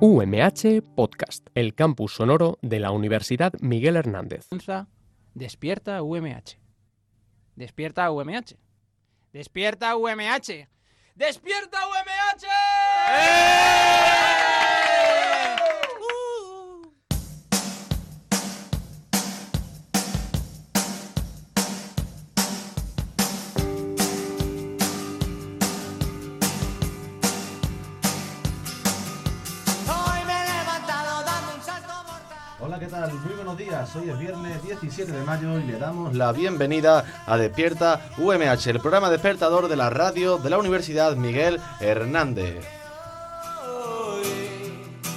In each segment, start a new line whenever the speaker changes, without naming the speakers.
UMH Podcast, el campus sonoro de la Universidad Miguel Hernández.
Lanza, Despierta UMH. Despierta UMH. Despierta UMH. Despierta UMH. Uh.
Hola, ¿qué tal? Muy buenos días. Hoy es viernes 17 de mayo y le damos la bienvenida a Despierta UMH, el programa despertador de la radio de la Universidad Miguel Hernández.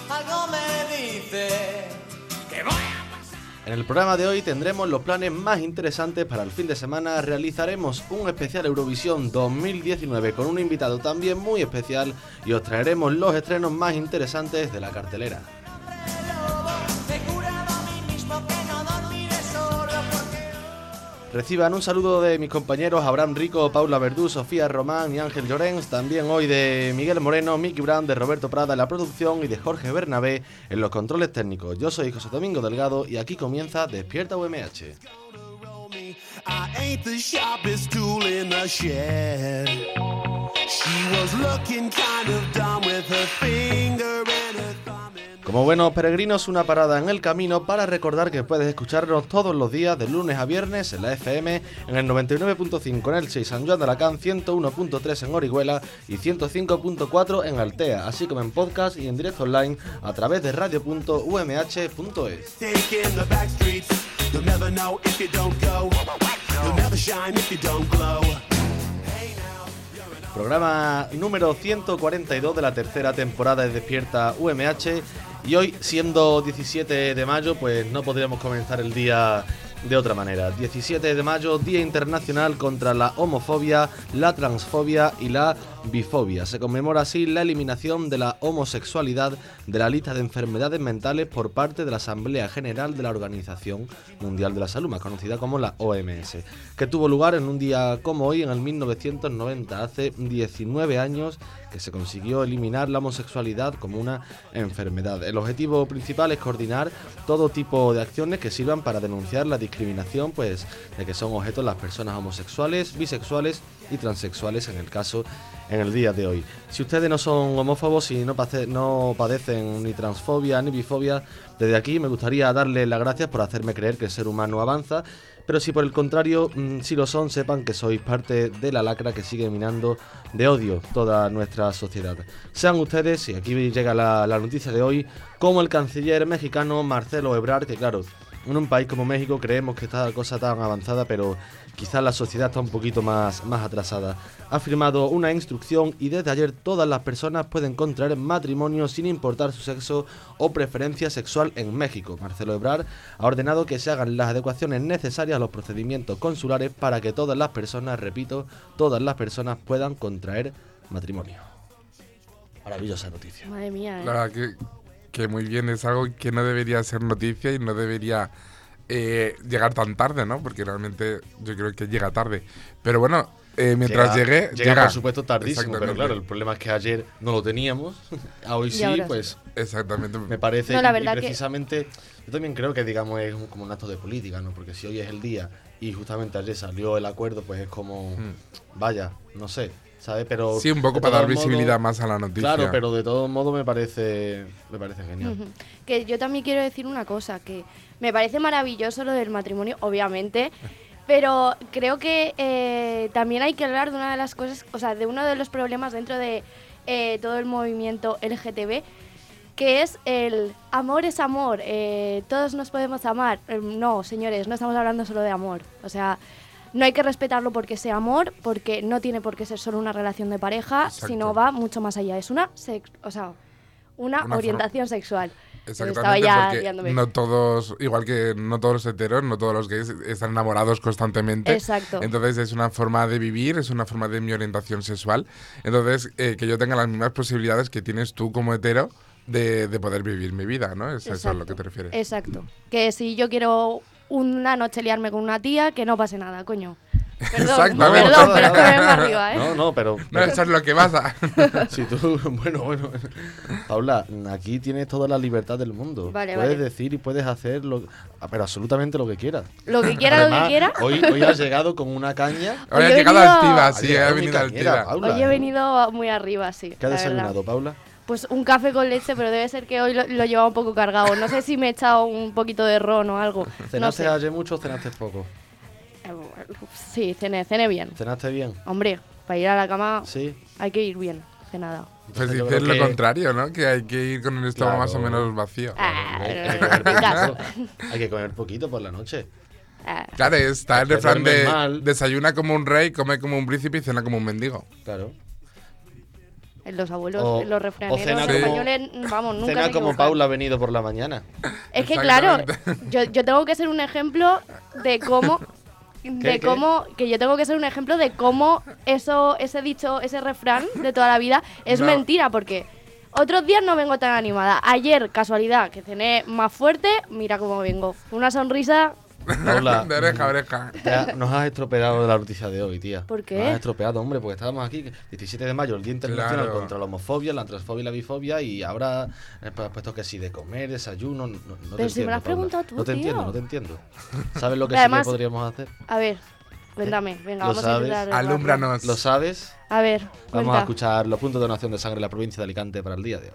Algo me dice que voy
En el programa de hoy tendremos los planes más interesantes para el fin de semana. Realizaremos un especial Eurovisión 2019 con un invitado también muy especial y os traeremos los estrenos más interesantes de la cartelera.
de lobo. Me curaba a mí mismo que no dormiré solo porque
Reciban un saludo de mis compañeros Abraham Rico, Paula Verdú, Sofía Román y Ángel Llorens, también hoy de Miguel Moreno, Miki Brand, de Roberto Prada en la producción y de Jorge Bernabé en los controles técnicos. Yo soy José Domingo Delgado y aquí comienza Despierta UMH.
I ain't the sharpest tool in the shed. She was looking kind of dumb with her finger and her thumb. in-
Como buenos peregrinos, una parada en el camino para recordar que puedes escucharnos todos los días de lunes a viernes en la FM, en el 99.5 en Elche y San Juan de Alacán, 101.3 en Orihuela y 105.4 en Altea, así como en podcast y en directo online a través de radio.umh.es.
Taking the back streets. You'll never know if you don't go. You'll never shine if you don't glow.
Programa número 142 de la tercera temporada de Despierta UMH. Y hoy, siendo 17 de mayo, pues no podríamos comenzar el día de otra manera. 17 de mayo, Día Internacional contra la Homofobia, la Transfobia y la Bifobia. Se conmemora así la eliminación de la homosexualidad de la lista de enfermedades mentales por parte de la Asamblea General de la Organización Mundial de la Salud, más conocida como la OMS, que tuvo lugar en un día como hoy, en el 1990, hace 19 años, que se consiguió eliminar la homosexualidad como una enfermedad. El objetivo principal es coordinar todo tipo de acciones que sirvan para denunciar la discriminación, pues, de que son objeto las personas homosexuales, bisexuales y transexuales en el caso en el día de hoy. Si ustedes no son homófobos y no, pace- no padecen ni transfobia ni bifobia, desde aquí me gustaría darle las gracias por hacerme creer que el ser humano avanza, pero si por el contrario mm, si lo son, sepan que sois parte de la lacra que sigue minando de odio toda nuestra sociedad. Sean ustedes, y aquí llega la, la noticia de hoy, como el canciller mexicano Marcelo Ebrard, que claro, en un país como México creemos que esta cosa tan avanzada, pero quizás la sociedad está un poquito más, más atrasada. Ha firmado una instrucción y desde ayer todas las personas pueden contraer matrimonio sin importar su sexo o preferencia sexual en México. Marcelo Ebrard ha ordenado que se hagan las adecuaciones necesarias a los procedimientos consulares para que todas las personas, repito, todas las personas puedan contraer matrimonio. Maravillosa noticia.
Madre mía, ¿eh?
La verdad que, que muy bien, es algo que no debería ser noticia y no debería eh, llegar tan tarde, ¿no? Porque realmente yo creo que llega tarde. Pero bueno, eh, mientras llegué,
llega, por supuesto tardísimo, pero claro, el problema es que ayer no lo teníamos, a hoy
Y
sí,
ahora sí.
pues
Exactamente.
me parece
No, la
y-
verdad
y
que-
precisamente yo también creo que digamos es un- como un acto de política no porque si hoy es el día y justamente ayer salió el acuerdo pues es como vaya no sé sabes pero
Hmm. Sí, un poco
de
para dar
todos modos-
visibilidad más a la noticia.
claro pero de todos modos me parece me parece genial
que yo también quiero decir una cosa, que me parece maravilloso lo del matrimonio, obviamente, pero creo que eh, también hay que hablar de una de las cosas, o sea, de uno de los problemas dentro de eh, todo el movimiento LGTB, que es el amor es amor, eh, todos nos podemos amar. Eh, no, señores, no estamos hablando solo de amor, o sea... No hay que respetarlo porque sea amor, porque no tiene por qué ser solo una relación de pareja,
Exacto.
sino va mucho más allá. Es una, sex- o sea,
Una
una,
forma-
orientación sexual. Pero
Exactamente, porque
liándome.
no todos, igual que no todos los heteros, no todos los gays están enamorados constantemente.
Exacto.
Entonces es una forma de vivir, es una forma de mi orientación sexual. Entonces, eh, que yo tenga las mismas posibilidades que tienes tú como hetero de, de poder vivir mi vida, ¿no? Es eso a lo
Exacto,
que te refieres.
Exacto. Que si yo quiero una noche liarme con una tía, que no pase nada, coño. Perdón,
Exactamente.
perdón, pero es que me vengo arriba, ¿eh?
No, no, pero.
No, eso es lo que pasa.
Si tú. Bueno, bueno. Paula, aquí tienes toda la libertad del mundo.
Vale,
puedes
vale.
decir y puedes hacer lo, ah, pero absolutamente lo que quieras.
Lo que quiera, lo que
Además,
quiera.
Hoy, hoy has llegado con una caña.
Ahora
Oye,
ha llegado
venía-
altiva,
Ha
sí,
llegado
ha
mi
venido
cañera,
altiva.
Paula,
Hoy he
¿eh?
venido muy arriba, sí.
¿Qué has
la verdad.
desayunado, Paula?
Pues un café con leche, pero debe ser que hoy lo, lo llevaba un poco cargado. No sé si me he echado un poquito de ron o algo. No
¿Cenaste
sé.
ayer mucho o cenaste poco?
Eh, Sí, cené, cené bien.
¿Cenaste bien?
Hombre, para ir a la cama
Sí.
hay que ir bien, cenada.
Pues
yo
dices
creo
lo
que-
contrario, ¿no? Que hay que ir con el estómago más o
Claro.
menos vacío.
Ah,
Hay, hay que
no,
comer
no, no,
poquito. Hay que comer poquito por la noche.
Ah,
Claro, está el
Que
refrán
duermes
de
mal.
desayuna como un rey, come como un príncipe y cena como un mendigo.
Claro.
Los abuelos,
O-
los
o
refraneros,
cena
los
como-
españoles, vamos, nunca
Cena
se
como
equivocan.
Paula ha venido por la mañana.
Es que claro,
Exactamente.
yo, yo tengo que ser un ejemplo de cómo
¿Qué,
de
qué?
cómo que yo tengo que ser un ejemplo de cómo eso ese dicho, ese refrán de toda la vida es
No.
mentira porque otros días no vengo tan animada. Ayer, casualidad, que cené más fuerte, mira cómo vengo. Una sonrisa.
Paula.
de oreja a oreja.
Ya nos has estropeado la noticia de hoy, tía.
¿Por qué?
Nos has estropeado, hombre, porque estábamos aquí, 17 de mayo, el Día Internacional
Claro.
contra la Homofobia, la Transfobia y la Bifobia, y ahora eh, pues, has puesto que sí, de comer, desayuno. No, no te
Pero si me
entiendo,
lo
Paula.
has preguntado tú,
No te
tío.
entiendo, no te entiendo. ¿Sabes lo que
Pero además-
sí que podríamos hacer?
A ver, cuéntame, venga,
¿Lo
vamos a
sabes?
intentar. arreglarlo.
Alúmbranos.
¿Lo sabes?
A ver,
Vamos
cuenta.
a escuchar los puntos de donación de sangre en la provincia de Alicante para el día de hoy.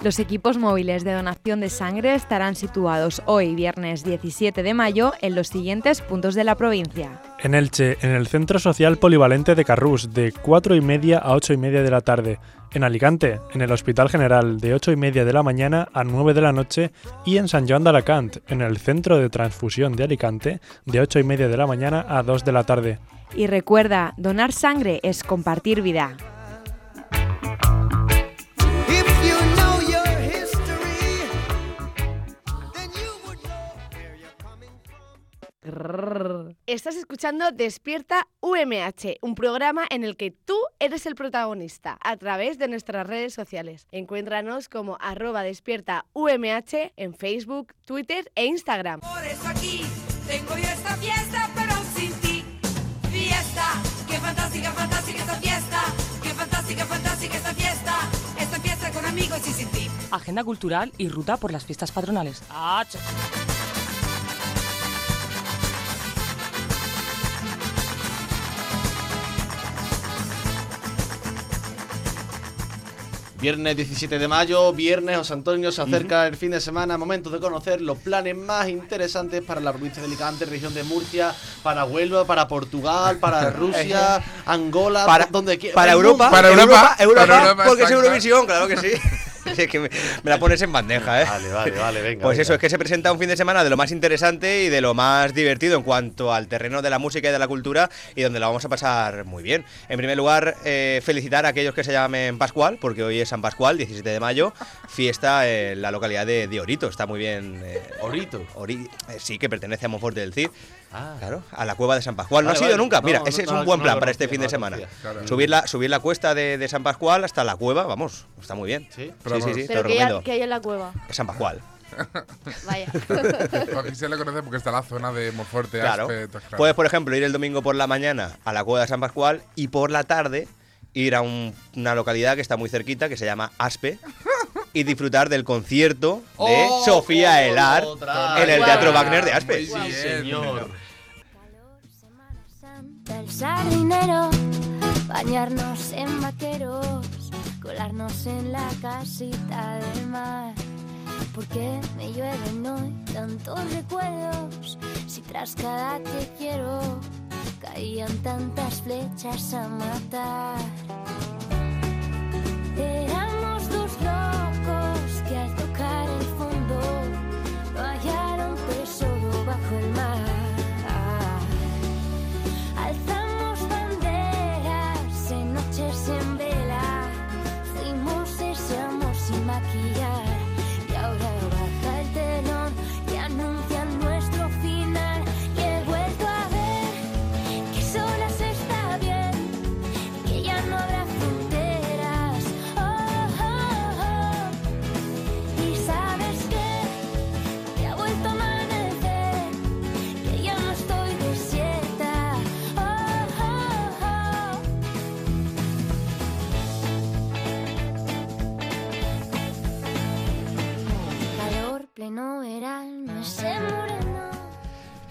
Los equipos móviles de donación de sangre estarán situados hoy, viernes 17 de mayo, en los siguientes puntos de la provincia.
En Elche, en el Centro Social Polivalente de Carrús, de 4 y media a 8 y media de la tarde. En Alicante, en el Hospital General, de 8 y media de la mañana a 9 de la noche. Y en San Joan de Alacant, en el Centro de Transfusión de Alicante, de 8 y media de la mañana a 2 de la tarde.
Y recuerda, donar sangre es compartir vida.
If you know your history, then you would know where you're coming from.
Estás escuchando Despierta UMH, un programa en el que tú eres el protagonista a través de nuestras redes sociales. Encuéntranos como arroba despierta UMH en Facebook, Twitter e Instagram.
Por eso aquí tengo yo esta fiesta, pero aún sin ti. Fiesta, qué fantástica, fantástica esta fiesta. Qué fantástica, fantástica esta fiesta. Esta fiesta con amigos y sin ti.
Agenda cultural y ruta por las fiestas patronales.
Ah,
Viernes 17 de mayo, viernes, José Antonio, se acerca el fin de semana, momento de conocer los planes más interesantes para la provincia de Alicante, región de Murcia, para Huelva, para Portugal, para Rusia, Angola,
Para-
donde quiera.
Para
el
Europa,
mundo.
Para Europa,
Europa, Ah, Europa,
para Europa,
porque es
exacto.
Eurovisión, claro que sí. Si es que me, me la pones en bandeja, ¿eh?
Vale, vale, vale, venga.
Pues
venga.
eso, es que se presenta un fin de semana de lo más interesante y de lo más divertido en cuanto al terreno de la música y de la cultura y donde la vamos a pasar muy bien. En primer lugar, eh, felicitar a aquellos que se llamen Pascual, porque hoy es San Pascual, 17 de mayo, fiesta en la localidad de, de Orito, está muy bien. eh,
Orito.
Ori- eh, sí, que pertenece a Monfort del Cid.
Ah.
Claro, a la cueva de San Pascual. Pues No
Vale,
ha sido
vale.
nunca.
No,
Mira,
no,
ese es
no,
un buen
no
plan
lo
para este
conocía,
fin de
no lo
semana.
conocía. Claro.
Subir, la, subir la cuesta de, de San Pascual hasta la cueva, vamos, está muy bien.
Sí.
sí, sí, sí, te lo
Pero que, ya-
recomiendo.
que hay en la cueva.
San Pascual.
Vaya.
Aquí se le conoce porque está la zona de Monforte,
Claro. Pues-
Aspe, todo claro.
Puedes, por ejemplo, ir el domingo por la mañana a la cueva de San Pascual y por la tarde ir a un- una localidad que está muy cerquita, que se llama Aspe, y disfrutar del concierto de
Oh,
Sofía Elar
otra
en el
vez.
Teatro Wagner de
Muy
Aspe.
bien.
Sí, señor.
El sardinero, bañarnos en vaqueros, colarnos en la casita del mar. Porque me llueven hoy tantos recuerdos, si tras cada te quiero caían tantas flechas a matar. Éramos dos locos que al tocar el fondo no hallaron tesoro bajo el mar. Alzamos banderas en noches en vela. Fuimos ese amor sin maquillar. Y ahora baja el telón y anuncian nuestro final. Y he vuelto a ver que sola se está bien. Que ya no habrá fronteras. Oh, Oh, moreno verán, no sé moreno.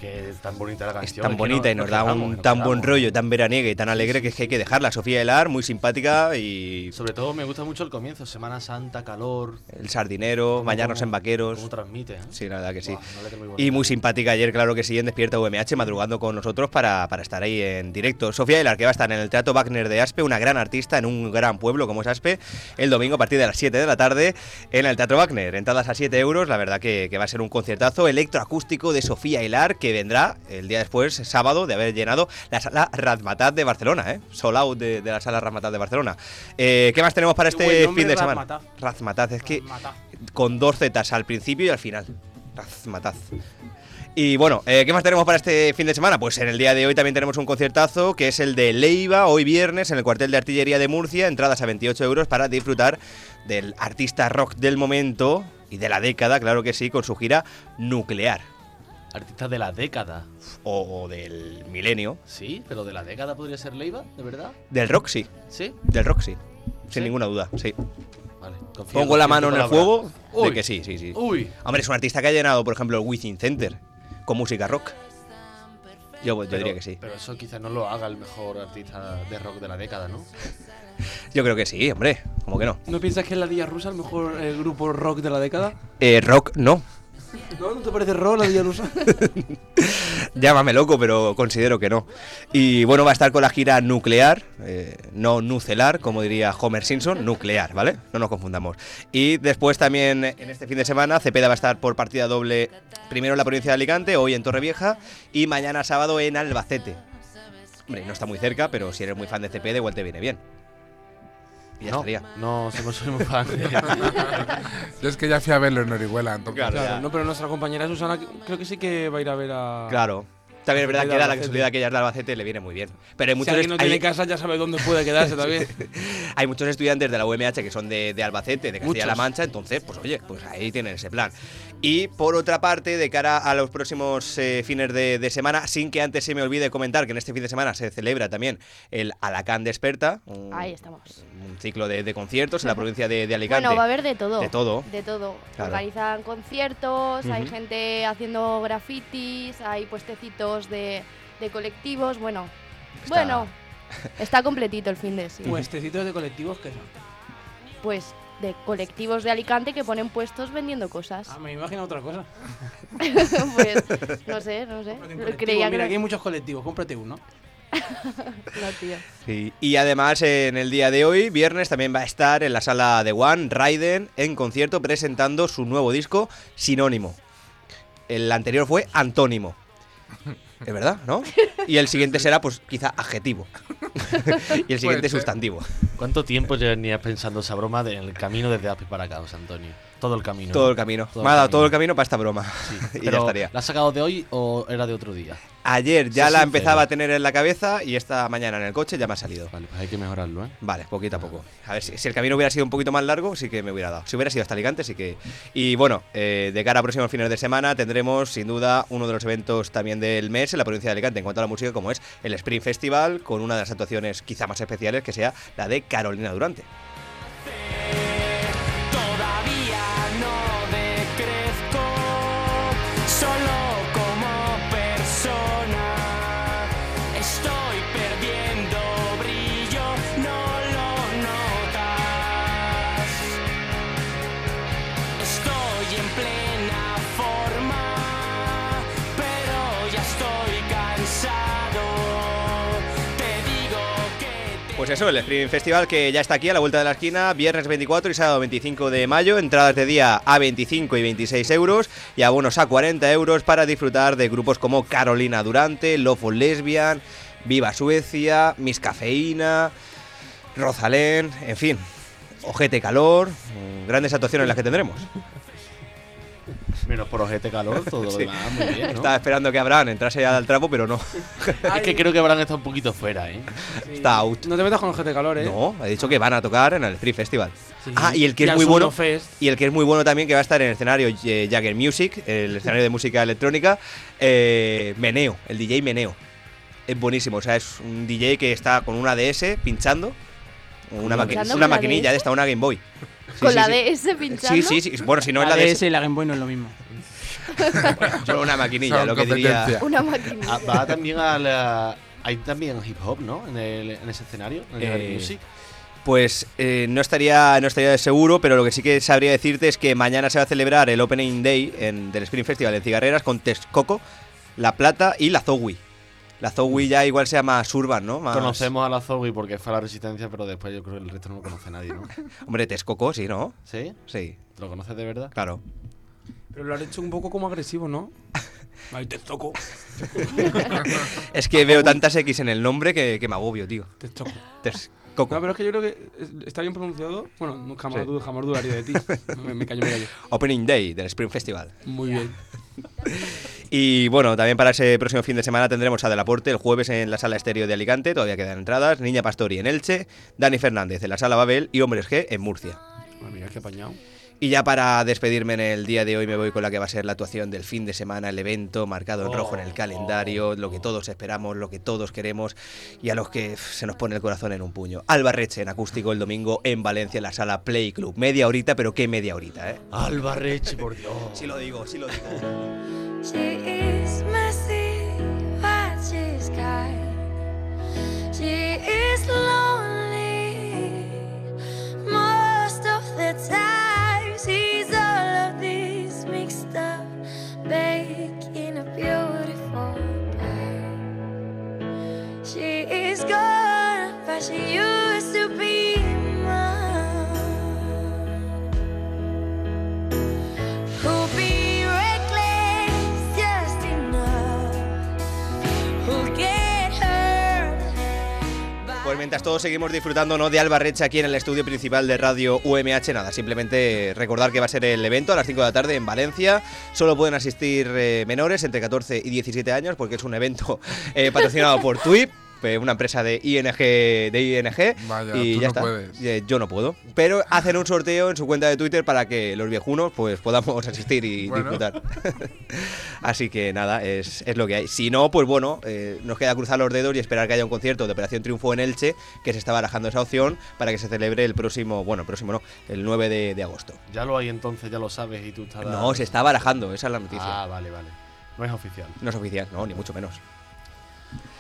Que es tan bonita la canción.
Tan
es Este que
bonita
no-
y nos
nos
da
quedamos,
un
nos
tan buen
quedamos.
rollo, tan veraniega y tan alegre que es que hay que dejarla. Sofía Elar, muy simpática y
Sobre todo me gusta mucho el comienzo, Semana Santa, calor.
el sardinero, bañarnos en vaqueros.
¿Cómo transmite? eh?
Sí, la verdad que sí.
Buah, una letra muy bonita.
y muy simpática ayer, claro que sí, en Despierta UMH, madrugando con nosotros para, para estar ahí en directo. Sofía Elar, que va a estar en el Teatro Wagner de Aspe, una gran artista en un gran pueblo como es Aspe, el domingo a partir de las 7 de la tarde en el Teatro Wagner. Entradas a 7 euros, la verdad que, que va a ser un conciertazo electroacústico de Sofía Elar, que vendrá el día después, sábado, de haber llenado la sala Razmatat de Barcelona, ¿eh? Sold out de, de la sala Razmatat de Barcelona. Eh, ¿Qué más tenemos para
Qué buen
este
nombre,
fin de semana?
Razmataz.
Razmatat, es que
Matá.
con dos zetas al principio y al final. Razmataz. Y bueno, eh, ¿qué más tenemos para este fin de semana? Pues en el día de hoy también tenemos un conciertazo que es el de Leiva, hoy viernes, en el cuartel de artillería de Murcia, entradas a 28 euros para disfrutar del artista rock del momento y de la década, claro que sí, con su gira nuclear.
Artista de la década.
O, o del milenio.
Sí, pero de la década podría ser Leiva, ¿de verdad?
Del rock, sí.
¿Sí?
Del rock, sí. Sin ninguna duda, sí.
Vale, confío-
Pongo la mano
confío tu
en el
palabra.
fuego
Uy,
de que sí, sí, sí.
Uy.
Hombre, es un artista que ha llenado, por ejemplo, el Within Center con música rock. Yo, yo
Pero-
diría que sí.
Pero eso quizás no lo haga el mejor artista de rock de la década, ¿no?
Yo creo que sí, hombre. ¿Cómo que no?
¿No piensas que es la Día Rusa el mejor eh, grupo rock de la década?
Eh, rock, no.
¿No? ¿No te parece rock la Día Rusa?
Llámame loco, pero considero que no. Y bueno, va a estar con la gira nuclear, eh, no nucelar, como diría Homer Simpson, nuclear, ¿vale? No nos confundamos. Y después también eh, en este fin de semana, Cepeda va a estar por partida doble, primero en la provincia de Alicante, hoy en Torrevieja y mañana sábado en Albacete. Hombre, no está muy cerca, pero si eres muy fan de Cepeda, igual te viene bien. Y ya
no,
estaría.
No, somos Pues soy muy fan.
Yo es que ya fui a verlo en Orihuela, entonces.
Claro,
Claro, no, pero nuestra compañera Susana creo que sí que va a ir a ver a.
Claro. También es verdad
a Cepeda
que era la
Ah. Albacete.
que solía que ella es de Albacete, le viene muy bien. Pero hay
Si
muchos
alguien no
est-
tiene
hay-
casa ya sabe dónde puede quedarse también.
Hay muchos estudiantes de la UMH que son de, de Albacete, de Castilla-La
Muchos.
Mancha, entonces, pues oye, pues ahí tienen ese plan. Y por otra parte, de cara a los próximos eh, fines de, de semana, sin que antes se me olvide comentar que en este fin de semana se celebra también el Alacán Desperta, un,
Ahí estamos.
un ciclo de, de conciertos en la provincia de, de Alicante.
Bueno, va a haber de todo.
De todo.
De todo.
Claro.
Organizan conciertos, hay
Ujú.
gente haciendo grafitis, hay puestecitos de, de colectivos. Bueno, bueno, está completito el fin de sí.
Pues
Puestecitos de colectivos que son.
Pues de colectivos de Alicante que ponen puestos vendiendo cosas.
Ah, me imagino otra cosa.
pues no sé, no sé. Creía
Colectivo, Mira,
que
aquí hay muchos colectivos, cómprate uno.
no, tío.
Sí, Y además en el día de hoy, viernes, también va a estar en la sala de One Raiden en concierto presentando su nuevo disco Sinónimo. El anterior fue Antónimo. Es verdad, ¿no? Y el siguiente será pues quizá adjetivo. y el siguiente
Puede ser.
sustantivo.
¿Cuánto tiempo llevarías pensando esa broma del camino desde Api para acá, José Antonio? Todo el camino.
Todo
¿no?
el camino.
Todo
Me ha
el
dado todo el camino para esta broma. y ya
Pero,
estaría.
¿La has sacado de hoy o era de otro día?
Ayer ya
Sé
la
sincero.
empezaba a tener en la cabeza y esta mañana en el coche ya me ha salido.
Vale, pues hay que mejorarlo, ¿eh?
Vale, poquito a poco. A ver, si, si el camino hubiera sido un poquito más largo, sí que me hubiera dado. Si hubiera sido hasta Alicante, sí que... Y bueno, eh, de cara a próximos fines de semana tendremos, sin duda, uno de los eventos también del mes en la provincia de Alicante en cuanto a la música, como es el Spring Festival, con una de las actuaciones quizá más especiales, que sea la de Carolina Durante.
Todavía no decrezco, solo como persona. Estoy perdiendo brillo, no lo notas. Estoy en plena forma, pero ya estoy cansado. Te digo que
Pues eso, el Spring Festival que ya está aquí a la vuelta de la esquina, viernes 24 y sábado 25 de mayo, entradas de día a 25 y 26 euros y abonos a 40 euros para disfrutar de grupos como Carolina Durante, Lofo Lesbian, Viva Suecia, Miss Cafeína, Rosalén, en fin, Ojete Calor, mm, grandes actuaciones las que tendremos.
Menos por ojete calor, todo lo
Sí.
demás, muy bien, ¿no?
Estaba esperando que Abraham entrase ya al trapo, pero no,
Es que creo que habrán estado un poquito fuera, ¿eh?
está out.
No te metas con los de calor, eh.
No, he dicho que van a tocar en el Free Festival.
Sí.
Ah, y el que
Y
es
al
muy bueno.
Surnofest.
Y el que es muy bueno también, que va a estar en el escenario eh, Jagger Music, el escenario de música electrónica, eh, Meneo, el DJ Meneo. Es buenísimo, o sea, es un DJ que está con una DS pinchando. Una, maqui-
¿Pinchando
una
con la
maquinilla
DS?
de esta, una Game Boy. Sí,
Con
sí,
la
sí.
DS pinchando.
Sí, sí, sí. Bueno, si no es
la
la DS.
DS y la Game Boy no es lo mismo.
Solo una maquinilla,
Son
lo que diría.
competencia.
Una maquinilla.
Ah, Va también a la. Hay también hip hop, ¿no? En, el- en ese escenario, en el
Eh,
music.
Pues eh, no estaría no estaría de seguro, pero lo que sí que sabría decirte es que mañana se va a celebrar el Opening Day en- del Screen Festival en Cigarreras con Texcoco, La Plata y la Zowie. La Zowie ya igual sea más urban, ¿no? Más-
Conocemos a la Zoe porque fue a la resistencia, pero después yo creo que el resto no lo conoce nadie, ¿no?
Hombre, Texcoco, sí, ¿no?
¿Sí?
Sí.
¿Lo conoces de verdad?
Claro.
Pero lo han hecho un poco como agresivo, ¿no? Ahí te toco.
Es que veo tantas X en el nombre que, que me agobio, tío.
Texcoco.
Texcoco.
No, pero es que yo creo que es- está bien pronunciado. Bueno, no, jamás,
Sí.
dudo- jamás dudaría de ti. me, me callo, me callo.
Opening Day del Spring Festival.
Muy bien.
Y bueno, también para ese próximo fin de semana tendremos a Delaporte el jueves en la sala estéreo de Alicante, todavía quedan entradas, Niña Pastori en Elche, Dani Fernández en la sala Babel y Hombres G en Murcia.
Bueno, mira, qué apañado.
Y ya para despedirme en el día de hoy me voy con la que va a ser la actuación del fin de semana, el evento marcado en rojo en el calendario, lo que todos esperamos, lo que todos queremos y a los que pf, se nos pone el corazón en un puño. Alba Reche en acústico el domingo en Valencia en la sala Play Club. Media horita, pero qué media horita, ¿eh?
Alba Reche, por Dios.
Sí lo digo, sí lo digo.
She is my sea, but she's sky. She is lonely most of the time. She's all of these mixed up, baked in a beautiful pie. She is gone, but she used to be mine. Who'll be reckless just enough? Who'll get hurt?
Pues mientras todos seguimos disfrutando ¿no? de Alba Reche aquí en el estudio principal de Radio UMH, nada, simplemente recordar que va a ser el evento a las 5 de la tarde en Valencia. Solo pueden asistir eh, menores entre 14 y 17 años porque es un evento eh, patrocinado por TWIP. eh, Una empresa de ING, de ING
Vaya,
y
tú
ya
no
está.
puedes.
Eh, yo no puedo. Pero hacen un sorteo en su cuenta de Twitter para que los viejunos pues podamos asistir y
Bueno.
disfrutar. Así que nada, es, es lo que hay. Si no, pues bueno, eh, nos queda cruzar los dedos y esperar que haya un concierto de Operación Triunfo en Elche, que se está barajando esa opción para que se celebre el próximo, bueno, el próximo no, el 9 de, de agosto.
Ya lo hay entonces, ya lo sabes y tú estás.
No, se está barajando, esa es la noticia.
Ah, vale, vale. No es oficial.
No es oficial, no, ni mucho menos.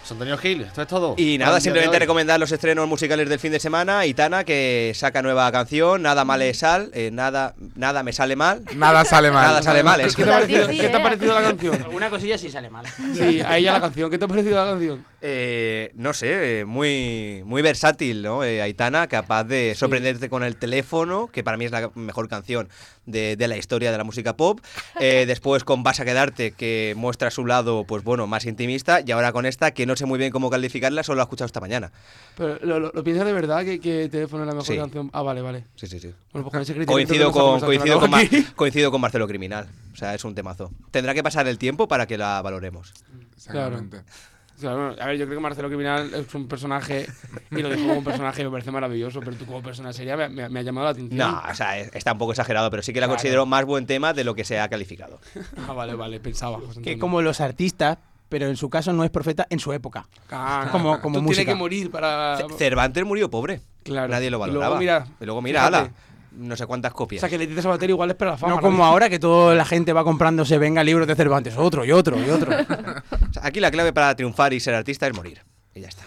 Son Antonio Gil, esto es todo.
Y nada,
Para el día de
simplemente
hoy.
recomendar los estrenos musicales del fin de semana. Itana, que saca nueva canción, Nada
Mm.
Male Sal, eh, nada, nada me sale mal.
Nada sale mal.
Nada sale mal, es
¿Qué
que
te ha parecido, qué te ha parecido la canción?
Alguna cosilla sí sale mal.
Sí, a ella la canción. ¿Qué te ha parecido la canción?
Eh, no sé, eh, muy, muy versátil, ¿no? Eh, Aitana, capaz de sorprenderte con el teléfono, que para mí es la mejor canción de, de la historia de la música pop. Eh, después con Vas a quedarte, que muestra su lado, pues bueno, más intimista. Y ahora con esta, que no sé muy bien cómo calificarla, solo la he escuchado esta mañana.
Pero, ¿lo, lo, lo piensas de verdad que, que Teléfono es la mejor
Sí.
canción? Ah, vale, vale.
Sí, sí, sí.
Bueno, pues con ese criterio
Coincido
entonces
con,
nos
coincido, con
hemos
Mar-
aquí.
coincido con Marcelo Criminal. O sea, es un temazo. Tendrá que pasar el tiempo para que la valoremos.
Claro. Claro, a ver, yo creo que Marcelo Criminal es un personaje, y lo digo como un personaje, me parece maravilloso, pero tú como persona seria me, me- me ha llamado la atención.
No, o sea, es- está un poco exagerado, pero sí que la
Claro.
considero más buen tema de lo que se ha calificado.
Ah, vale, vale, pensaba. José
Que
Antonio.
como los artistas, pero en su caso no es profeta en su época.
Ah,
como como
tú
música.
tienes que morir para...
C- Cervantes murió pobre.
Ah, Claro.
Nadie lo
Y luego
valoraba.
mira,
Y luego mira,
fíjate.
ala, no sé cuántas
O
copias.
sea, que Leticia Sabater igual es para la fama.
No como
¿no?
ahora que toda la gente va comprándose, venga, libros de Cervantes, otro y otro y otro.
O sea, aquí la clave para triunfar y ser artista es morir. Y ya está.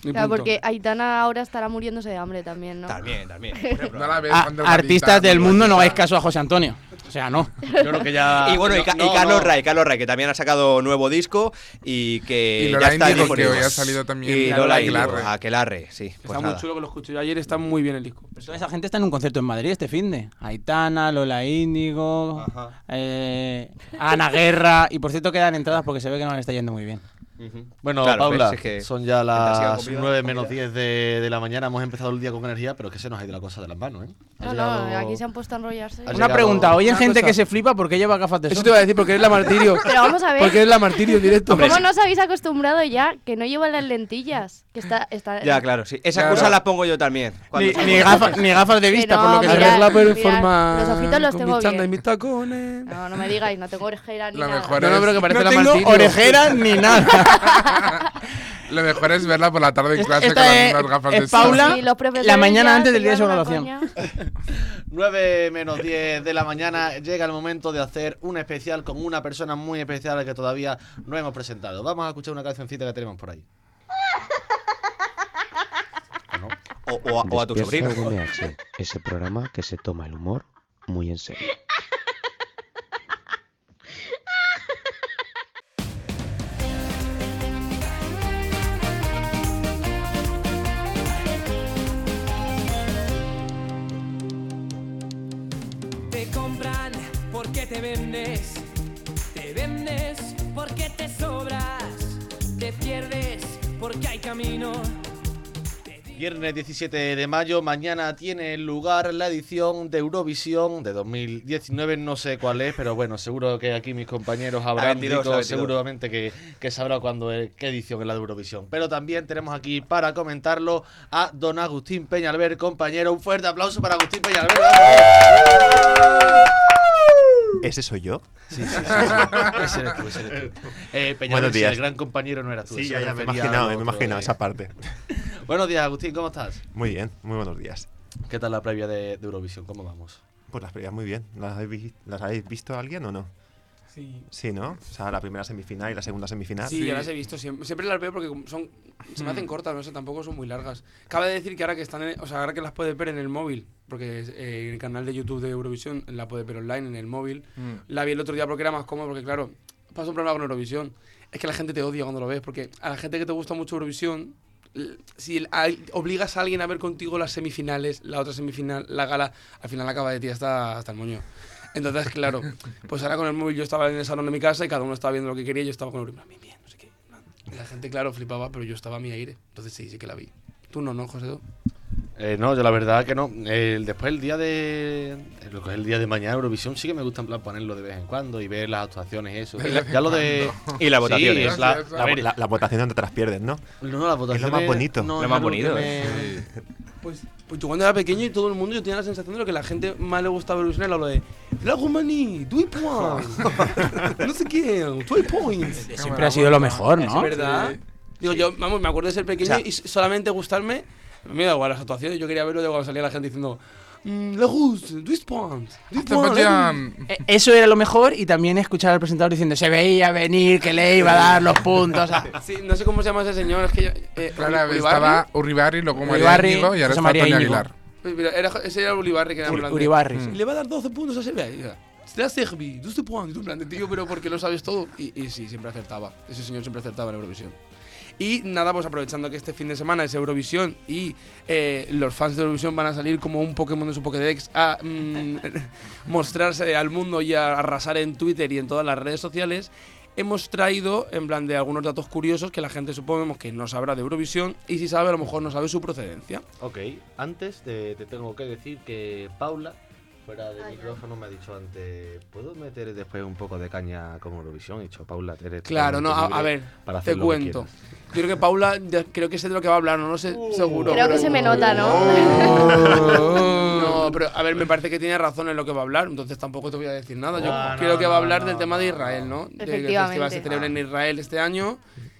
Claro, porque Aitana ahora estará muriéndose de hambre también, ¿no?
También, también.
No la ves
Ah,
cuando
artistas
gravita,
del
no
mundo, no hagáis
gravita.
caso a José Antonio. O sea, no.
Yo creo que ya.
y bueno, y,
No,
Ca- y
no,
Carlos
no.
Ray, Carlos Ray, que también ha sacado nuevo disco y que
Y
ya
Lola
está
Indigo, que
disponible.
hoy ha salido también.
Y
Lola
Lola
Aguilar.
Indigo, Aquelarre, sí. Pues
Está muy
nada.
chulo que lo escuché yo ayer, está muy bien el disco.
Pero toda esa gente está en un concierto en Madrid este fin de. Aitana, Lola Índigo,
Ajá.
eh, Ana Guerra. Y por cierto, quedan entradas porque se ve que no le está yendo muy bien.
Ujú.
Bueno,
Claro,
Paula,
ves, es que
son ya
mientras siga
las
comida,
9
comida.
menos 10 de, de la mañana. Hemos empezado el día con energía, pero es que se nos ha ido la cosa de las manos, ¿eh? Ha
No, no,
llegado-
aquí se han puesto a enrollarse.
Ha
Una
llegado-
pregunta, hoy en
Una
gente
cosa.
que se flipa, ¿por qué lleva gafas de sol?
Eso te iba a decir porque eres la martirio.
Pero vamos a ver.
Porque eres la martirio en directo.
¿Cómo no os habéis acostumbrado ya que no llevan las lentillas? Que está, está
Ya, claro, sí. Esa
Claro.
excusa la pongo yo también.
ni,
Cuando se-
ni gafas, ni gafas de
Que
vista,
no,
por lo que se
mira,
ve.
Arregla, pero en
mirad,
forma.
los ojitos los
con
tengo
mis chandas
bien.
y mis tacones.
No, no me digáis, no tengo orejera ni
La
nada.
mejor
No, no, pero que parece
No
la
tengo
martirio.
orejeras ni nada.
Lo mejor es verla por la tarde en clase
esta
con las
es-
mismas gafas
es
de
Paula,
sol.
Sí, los profesores la mañana ya antes del día de su pillan la graduación.
9 menos 10 de la mañana llega el momento de hacer un especial con una persona muy especial que todavía no hemos presentado. Vamos a escuchar una cancioncita que tenemos por ahí.
O, o a, o a tu
Despierta
sobrino.
VMH, ese programa que se toma el humor muy en serio.
Te compran porque te vendes, te vendes porque te sobras, te pierdes porque hay camino.
Viernes 17 de mayo, mañana tiene lugar la edición de Eurovisión de 2019. No sé cuál es, pero bueno, seguro que aquí mis compañeros habrán
La 22,
dicho
la 22.
seguramente que, que sabrá cuándo es- qué edición es la de Eurovisión. Pero también tenemos aquí para comentarlo a don Agustín Peñalver, compañero. Un fuerte aplauso para Agustín Peñalver.
¿Ese soy yo?
Sí, sí, sí, sí. Ese eres tú, ese eres tú. Eh, Peñalver,
Buenos
si
días.
el gran compañero no eras tú.
Sí,
se
ya, ya me he
refería a
imaginado, me he
otro,
imaginado
eh.
esa parte.
Buenos días, Agustín, ¿cómo estás?
Muy bien, muy buenos días.
¿Qué tal la previa de, de Eurovisión? ¿Cómo vamos?
Pues las previas muy bien. ¿Las habéis, vi- las habéis visto alguien o no?
Sí.
Sí, ¿no? O sea, la primera semifinal y la segunda
Ah,
semifinal.
Sí, yo las he visto siempre. Siempre las veo porque como son, se me
Mm.
hacen cortas, no sé, tampoco son muy largas. Cabe decir que ahora que están, en- o sea, ahora que las puedes ver en el móvil, porque eh, en el canal de YouTube de Eurovisión la puedes ver online en el móvil.
Mm.
La vi el otro día porque era más cómodo, porque claro, pasa un problema con Eurovisión. Es que la gente te odia cuando lo ves, porque a la gente que te gusta mucho Eurovisión, l- si el- a- obligas a alguien a ver contigo las semifinales, la otra semifinal, la gala, al final acaba de ti hasta, hasta el moño. Entonces, claro, pues ahora con el móvil yo estaba en el salón de mi casa y cada uno estaba viendo lo que quería y yo estaba con el auricular, bien, bien, no sé qué. La gente, claro, flipaba, pero yo estaba a mi aire. Entonces sí, sí que la vi. Tú no, ¿no, José?
Eh, no, yo la verdad que no. Eh, después el día de. Lo que es el día de mañana Eurovisión sí que me gusta en plan ponerlo de vez en cuando y ver las actuaciones y eso.
De vez en
Ya lo de.
Y las
Sí,
votaciones.
es la-
La-
a ver,
la- las votaciones no te las pierdes, ¿no?
No, las votaciones.
Es lo más bonito.
no, es algo que me-
Pues, pues yo cuando era pequeño y todo el mundo yo tenía la sensación de lo que la gente más le gustaba Eurovisión era lo de La Gumani, Two Points, no sé quién, Two Points.
Siempre ha sido lo mejor, ¿no?
Es verdad. Digo, yo, vamos, me acuerdo de ser pequeño
O sea-
y s- solamente gustarme. Me da igual las actuaciones, yo quería verlo de cuando salía la gente diciendo "Mm, Le gusta, Two Points, Two
pues
Points, Le Gusta".
Eh, Eso era lo mejor y también escuchar al presentador diciendo se veía venir que le iba a dar los puntos. Ah, o sea,
Sí, no sé cómo se llama ese señor, es que yo, eh,
Claro,
Uri-
estaba
Uribarri.
Urribarri, luego María
Uribarri,
Íñigo y ahora
José
está
María
Antonio
Íñigo.
Aguilar.
Pues mira, era, ese era Ulibarri que era en
Uri-
plan de,
Uribarri, sí.
"Mm, Le va a dar 12 puntos a Serbia. Y yo, Te da Serbi, 12 puntos. Y tú en plan de, tío, pero porque lo sabes todo. Y, y sí, siempre acertaba. Ese señor siempre acertaba en Eurovisión. Y nada, pues aprovechando que este fin de semana es Eurovisión y eh, los fans de Eurovisión van a salir como un Pokémon de su Pokédex a mm, mostrarse al mundo y a arrasar en Twitter y en todas las redes sociales, hemos traído en plan de algunos datos curiosos que la gente suponemos que no sabrá de Eurovisión y si sabe a lo mejor no sabe su procedencia.
Ok, antes te, te tengo que decir que Paula, fuera de micrófono, me ha dicho antes. ¿Puedo meter después un poco de caña con Eurovisión? He dicho, Paula, eres
Claro, no, a,
totalmente
a ver,
libre para hacer
te
lo que
cuento.
quieras.
Yo creo que Paula, ya- creo que sé de lo que va a hablar, no lo
Uh.
sé seguro.
Creo
pero-
que se me nota, ¿no?
No, pero a ver, me parece que tiene razón en lo que va a hablar, entonces tampoco te voy a decir nada. Yo
No, no,
creo que va a
no,
hablar
no,
del tema de Israel, ¿no? De que el festival
Efectivamente.
se celebra en Israel este año,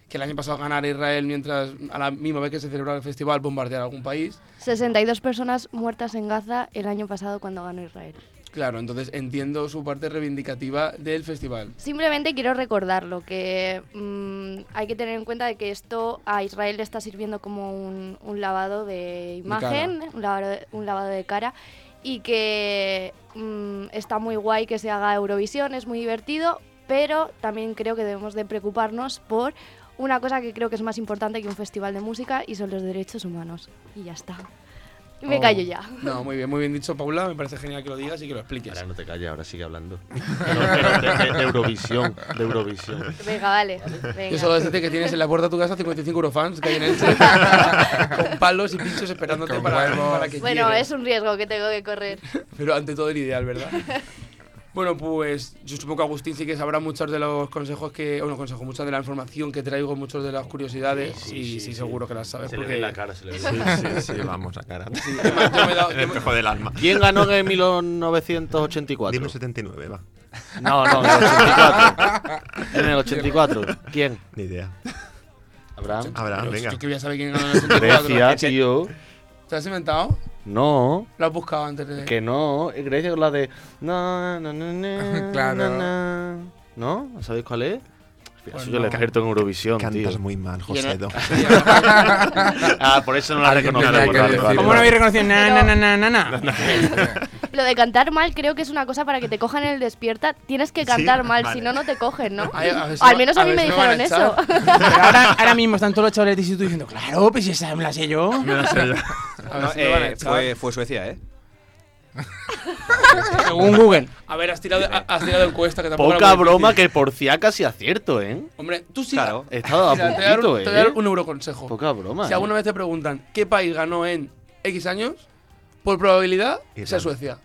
que el año pasado ganara Israel mientras a la misma vez que se celebra el festival bombardear algún país.
62 personas muertas en Gaza el año pasado cuando ganó Israel.
Claro, entonces entiendo su parte reivindicativa del festival.
Simplemente quiero recordarlo, que mm, hay que tener en cuenta de que esto a Israel le está sirviendo como un, un lavado de imagen, un lavado de, un lavado de cara, y que mm, está muy guay que se haga Eurovisión, es muy divertido, pero también creo que debemos de preocuparnos por una cosa que creo que es más importante que un festival de música y son los derechos humanos. Y ya está. Me
Oh.
callo ya.
No, muy bien, muy bien dicho, Paula. Me parece genial que lo digas y que lo expliques.
Ahora no te calles, ahora sigue hablando. No, pero de, de- de Eurovisión, de Eurovisión.
Venga, vale. Venga.
Yo solo decirte que tienes en la puerta de tu casa 55 eurofans que hay en Elche con palos y pinchos esperándote para, para que
Bueno,
llegue.
es un riesgo que tengo que correr.
Pero ante todo el ideal, ¿verdad? Bueno, pues yo supongo que Agustín sí que sabrá muchos de los consejos que... Bueno, consejos, mucha de la información que traigo, muchas de las curiosidades
Sí, sí,
y
sí,
sí,
sí.
seguro que las sabes
Se le
porque...
ve en la cara, se le ve. Sí, sí, sí, vamos, la cara.
además, yo me he dado-
En el
yo me-
espejo del alma.
¿Quién ganó en 1984?
Dime un 79, va.
No, no, en el 84. En el 84. ¿Quién?
Ni idea.
A Abraham.
Abraham, venga.
Yo que voy a saber quién ganó en el 84.
Grecia, tío.
¿Te has inventado?
No.
Lo has buscado antes de.
Que no. es Grecia con la de. Na, na, na, na,
Claro.
na, na. ¿No? ¿Sabéis cuál es? Hostia,
Pues
soy yo el
no.
experto en Eurovisión,
Cantas
tío.
muy mal,
Yo
Josedo.
ah, por eso no la
Alguien
reconozco.
tenía que
vale, vale,
decirlo.
¿Cómo no habéis
vale.
reconocido? Na, na, na, na, na, na.
Lo de cantar mal creo que es una cosa para que te cojan en el despierta. Tienes que cantar mal,
vale.
si no, no te cogen, ¿no?
Ay, a ver si
o al
no-
menos
a
a mí
ver
me
si no van
dijeron
a
eso.
Pero ahora, ahora mismo están todos los chavales de instituto diciendo, claro, pues esa me la sé yo.
Me la sé yo.
Ah,
A ver
No,
si me van a
eh,
echar.
fue, fue Suecia, ¿eh?
Según Google.
A ver, has tirado, has tirado encuesta que tampoco.
Poca broma que por si casi acierto, ¿eh?
Hombre, tú sí.
Claro. He estado a
te voy a dar un-
puntito,
te voy a dar
¿eh?
un euroconsejo.
Poca broma,
Si
¿eh?
alguna vez te preguntan qué país ganó en X años, por probabilidad, sea
Irlanda.
Suecia.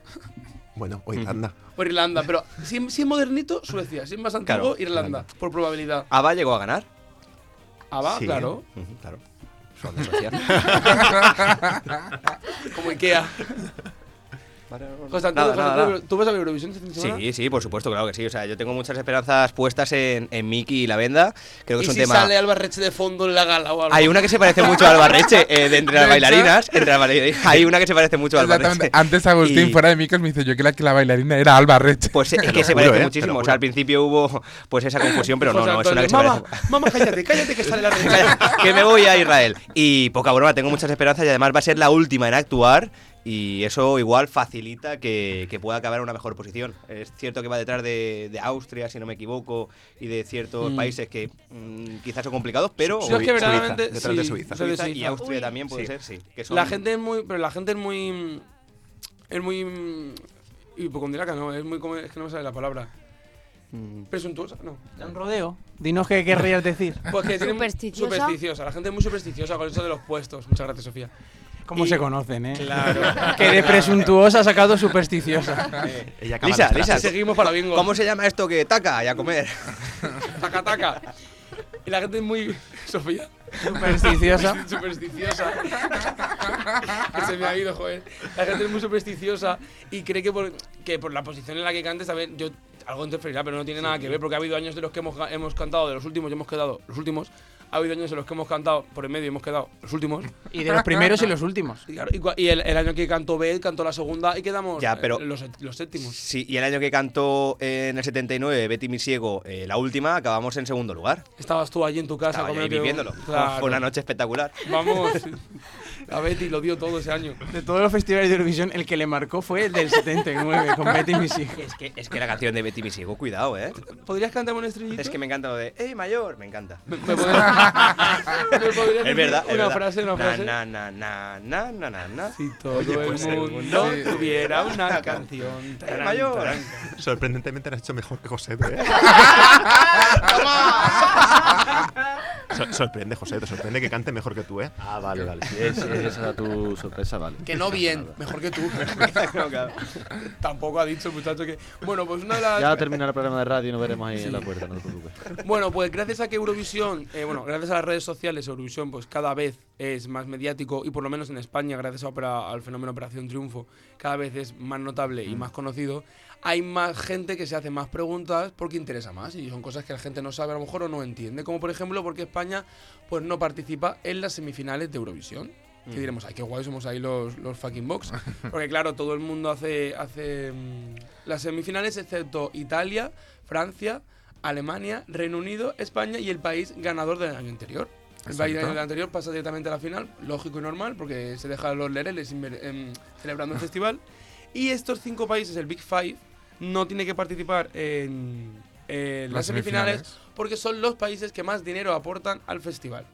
Bueno, o Irlanda.
O Irlanda, pero si, es- si es modernito, Suecia. Si es más
Claro.
antiguo, Irlanda, por probabilidad.
¿Ava llegó a ganar?
Ava,
Sí.
claro.
Ujú, Claro. Son de Suecia.
Como Ikea. José
Nada,
Antonio, José
nada,
Antonio,
nada.
¿tú vas a ver Eurovisión este fin de semana?
Sí, sí, por supuesto, claro que sí. O sea, yo tengo muchas esperanzas puestas en, en Miki y la venda. Creo que
¿Y
es un
si
tema.
sale Albarreche de fondo en la gala o algo?
Hay una que se parece mucho a Albarreche, eh, de entre las
De hecho.
bailarinas. Entre las bailarinas hay una que se parece mucho a Albarreche.
Exactamente. Antes Agustín
Y-
fuera de micros me dice yo que la, que la bailarina era Alba Reche.
Pues es que se parece muchísimo. O sea, al principio hubo pues esa confusión, pero no,
José
no, es una
Antonio,
que se parece.
Mamá, mamá, cállate, cállate que sale la reina.
que me voy a Israel. Y poca broma, tengo muchas esperanzas y además va a ser la última en actuar. Y eso igual facilita que, que pueda acabar en una mejor posición. Es cierto que va detrás de, de Austria, si no me equivoco, y de ciertos
Mm.
países que mm, quizás son complicados, pero.
Yo es que verdaderamente.
detrás de Suiza.
soy de
Y
Suiza.
Austria también puede ser, sí. que son-
La gente es muy. Pero la gente es muy. mm, Es muy. mm, Hipocondriaca, no, es muy. como- Es que no me sale la palabra. Presuntuosa, no.
Un rodeo. Dinos qué querrías decir.
Pues que tienen-
Supersticiosa.
supersticiosa. La gente es muy supersticiosa con eso de los puestos. Muchas gracias, Sofía.
¿Cómo
Y-
se conocen, eh?
Claro.
Que de presuntuosa ha sacado supersticiosa.
Eh,
Ella acaba
Lisa,
las
Lisa,
frases.
Seguimos para bingo.
¿Cómo se llama esto que taca y a comer?
Taca, taca. Y la gente es muy. Sofía.
Supersticiosa.
supersticiosa. que se me ha ido, joder. La gente es muy supersticiosa y cree que por, que por la posición en la que cantes, a ver, yo. Algo interferirá, pero no tiene nada que ver, porque ha habido años de los que hemos, ga- hemos cantado, de los últimos, y hemos quedado los últimos. Ha habido años de los que hemos cantado por en medio y hemos quedado los últimos.
Y de los primeros y los últimos.
Y, claro, y cua- y el, el año que cantó Beth, cantó la segunda y quedamos
Ya,
eh,
pero-
los, los séptimos.
Sí, y el año que cantó eh, en el 79 Betty Misiego, eh, la última, acabamos en segundo lugar.
Estabas tú allí en tu casa
Estaba yo ahí
comiéndote un-
viviéndolo.
Claro.
Fue una noche espectacular.
Vamos. A Betty lo dio todo ese año.
De todos los festivales de Eurovisión, el que le marcó fue el del 79, con Betty Missy.
Es que, es que la canción de Betty Misiego, cuidado, ¿eh?
¿Podrías cantarme una estrellita?
Es que me encanta lo de ¡Ey, mayor! Me encanta.
¿Me podrías- me podrías
es
decir
verdad, es
una
verdad.
frase, una
Na,
frase?
Na, na, na, na, na, na, na.
Si todo
pues,
el
el
mundo
mundo-
tuviera una canción. tarán,
mayor.
tarán.
Sorprendentemente lo has hecho mejor que Josedo, ¿eh? Sor- sorprende, Josedo, sorprende que cante mejor que tú, ¿eh?
Ah, vale, vale. Si es- si esa era tu sorpresa, vale.
Que no bien, mejor que tú. Tampoco ha dicho el muchacho que. Bueno, pues una de las.
Ya termina el programa de radio y nos veremos ahí en la puerta, no te preocupes.
Bueno, pues gracias a que Eurovisión, eh, bueno, gracias a las redes sociales, Eurovisión pues cada vez es más mediático y por lo menos en España, gracias a opera- al fenómeno Operación Triunfo, cada vez es más notable y más conocido. Hay más gente que se hace más preguntas porque interesa más y son cosas que la gente no sabe a lo mejor o no entiende, como por ejemplo porque España pues no participa en las semifinales de Eurovisión. Que
Mm.
diremos, ay, qué guay somos ahí los, los fucking box. Porque claro, todo el mundo hace, hace mm, las semifinales excepto Italia, Francia, Alemania, Reino Unido, España y el país ganador del año anterior. El país del
Exacto.
año anterior pasa directamente a la final, lógico y normal, porque se dejan los lereles inver- em, celebrando el festival. Y estos cinco países, el Big Five, no tiene que participar en, en
Las
las semifinales,
semifinales.
porque son los países que más dinero aportan al festival.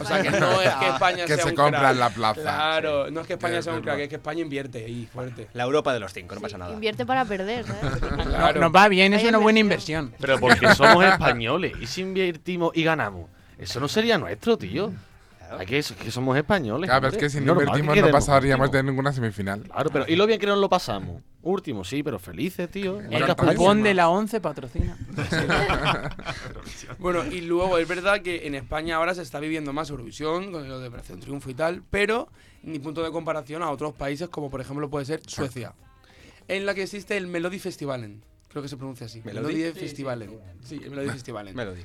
O sea que no es que España
Que
sea
se
un
compra
crack.
en la plaza.
Claro, no es que España
Es
sea un
verdad.
crack, es que España invierte ahí fuerte.
La Europa de los cinco, no pasa nada.
Invierte para perder, ¿eh? ¿sabes?
No,
Claro.
nos va bien, es
Vaya
una buena inversión.
Pero porque somos españoles y si invertimos y ganamos, eso no sería nuestro, tío. Hay que, es que somos españoles.
Claro, pero es
hombre.
que si no
Normal que
invertimos no
quedemos
pasaríamos
últimos.
de ninguna semifinal.
Claro, pero y lo bien que nos lo pasamos. Último, sí, pero felices, tío.
El cupón de la 11 patrocina.
Bueno, y luego es verdad que en España ahora se está viviendo más Eurovisión, con lo de Operación Triunfo y tal, pero ni punto de comparación a otros países como por ejemplo puede ser Suecia, en la que existe el Melody Festivalen. Creo que se pronuncia así.
¿Melody?
Festivalen. Sí, el Melody Ah. Festivalen.
Melody.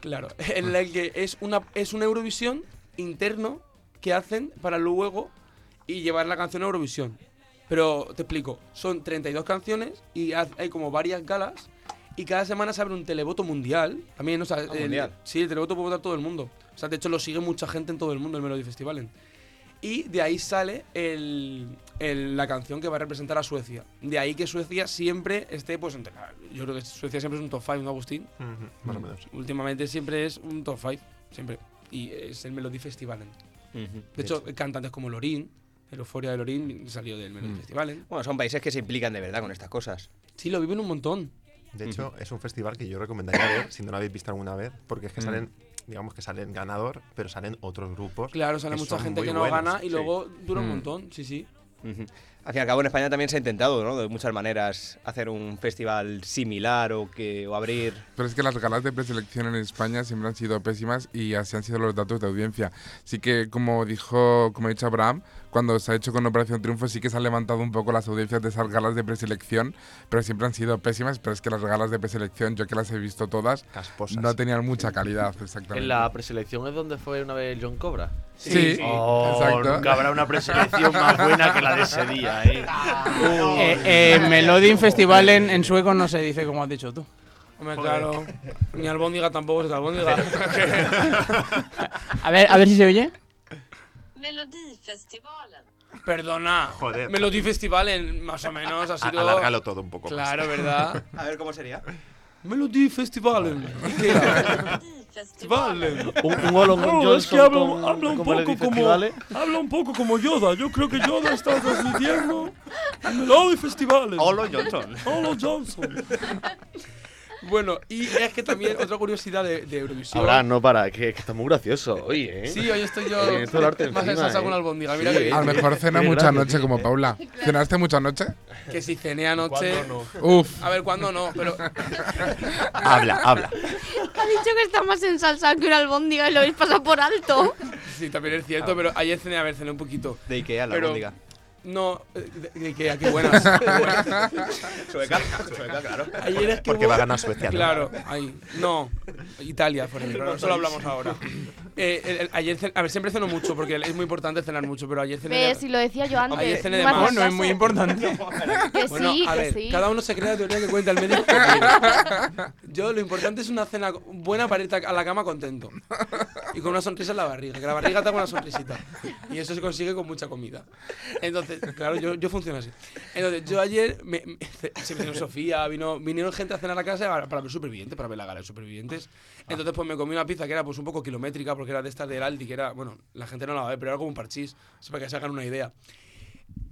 Claro, en la que es una, es una Eurovisión interno que hacen para luego y llevar la canción a Eurovisión. Pero te explico, son 32 canciones y haz- hay como varias galas y cada semana se abre un televoto mundial. También, o sea, el-
mundial.
sí, el televoto puede votar todo el mundo. O sea, de hecho lo sigue mucha gente en todo el mundo el Melody Festival. Y de ahí sale el- el- la canción que va a representar a Suecia. De ahí que Suecia siempre esté, pues, entre- yo creo que Suecia siempre es un top 5, ¿no, Agustín?
Ujú, más o menos.
Últimamente siempre es un top 5, siempre. Y es el Melody Festival. De hecho, cantantes como Lorín, el Euforia de Lorín salió del Melody Festival.
Bueno, son países que se implican de verdad con estas cosas.
Sí, lo viven un montón.
De hecho, es un festival que yo recomendaría ver si no lo habéis visto alguna vez, porque es que
Mm.
salen, digamos que salen ganador, pero salen otros grupos.
Claro, sale
que
mucha
son
gente
muy
que no
buenos.
gana y
Sí.
luego dura un
Mm.
montón, sí, sí.
Ujú. Al fin y al cabo, en España también se ha intentado, ¿no? De muchas maneras, hacer un festival similar o, que, o abrir.
Pero es que las galas de preselección en España siempre han sido pésimas y así han sido los datos de audiencia. Sí que, como dijo, como ha dicho Abraham, cuando se ha hecho con Operación Triunfo sí que se han levantado un poco las audiencias de esas galas de preselección, pero siempre han sido pésimas. Pero es que las galas de preselección, yo que las he visto todas, no tenían mucha calidad, exactamente.
En la preselección es donde fue una vez John Cobra.
Sí, Sí, sí.
Oh,
exacto.
Nunca habrá una preselección más buena que la de ese día, ¿eh? Uh.
Eh, eh, Melodin Festival en, en sueco no se dice como has dicho tú.
Hombre,
Joder.
claro. Ni albóndiga tampoco es albóndiga.
A ver, a ver si se oye.
Melodifestivalen.
Perdona.
Joder.
Melody Festival en más o menos ha
A-
sido.
alárgalo todo un poco más.
Claro, ¿verdad?
A ver cómo sería.
Melody Festival. Festival.
Un- un Olon
Claro,
Johnson
es que habla,
con-
habla
con
un poco
Melody
como
Festivales.
habla un poco como Yoda. Yo creo que Yoda está transmitiendo Melody Festival.
Olon Johnson.
Olon Johnson. Bueno, y es que también otra curiosidad de, de Eurovisión.
Ahora no para, que, que está muy gracioso hoy, ¿eh?
Sí, hoy estoy yo
Tienes todo el arte
más
encima,
ensalsado
¿eh?
con albóndiga, mira
Sí,
que bien.
A lo mejor cena
Tiene
mucha
gracia,
noche como Paula. ¿Cenaste mucha noche?
Que si cené anoche.
¿Cuándo no? Uf.
A ver, ¿cuándo no? Pero.
Habla, habla.
Ha dicho que está más ensalzado que una albóndiga y lo habéis pasado por alto.
Sí, también es cierto, pero ayer cené, a ver, cené un poquito.
De Ikea, la
Pero-
albóndiga.
No, eh, de, de Ikea, qué buenas. qué buenas.
Sueca, sueca, claro.
Ayer es que
Porque va a
hubo-
ganar Suecia, ¿no?
Claro, ahí. No, Italia, por ejemplo. Eso lo hablamos ahora. Eh, el- el- ayer, cen- a ver, siempre ceno mucho porque es muy importante cenar mucho, pero ayer cené. de-
Ve, si lo decía yo antes.
Ayer cené de
me
más.
haces caso. Que
Bueno,
sí,
a
que
ver,
sí.
Cada uno se crea la teoría que cuenta el médico. Yo, lo importante es una cena buena para irte a la cama contento. Y con una sonrisa en la barriga, que la barriga te haga una sonrisita. Y eso se consigue con mucha comida. Entonces, claro, yo, yo funciono así. Entonces, yo ayer me, me- se me vino Sofía, vino, vinieron gente a cenar a la casa para, para ver supervivientes, para ver la gala de supervivientes. Entonces, pues me comí una pizza que era pues un poco kilométrica, porque era de estas del Aldi, que era, bueno, la gente no la va a ver, pero era como un parchís, o sea, para que se hagan una idea.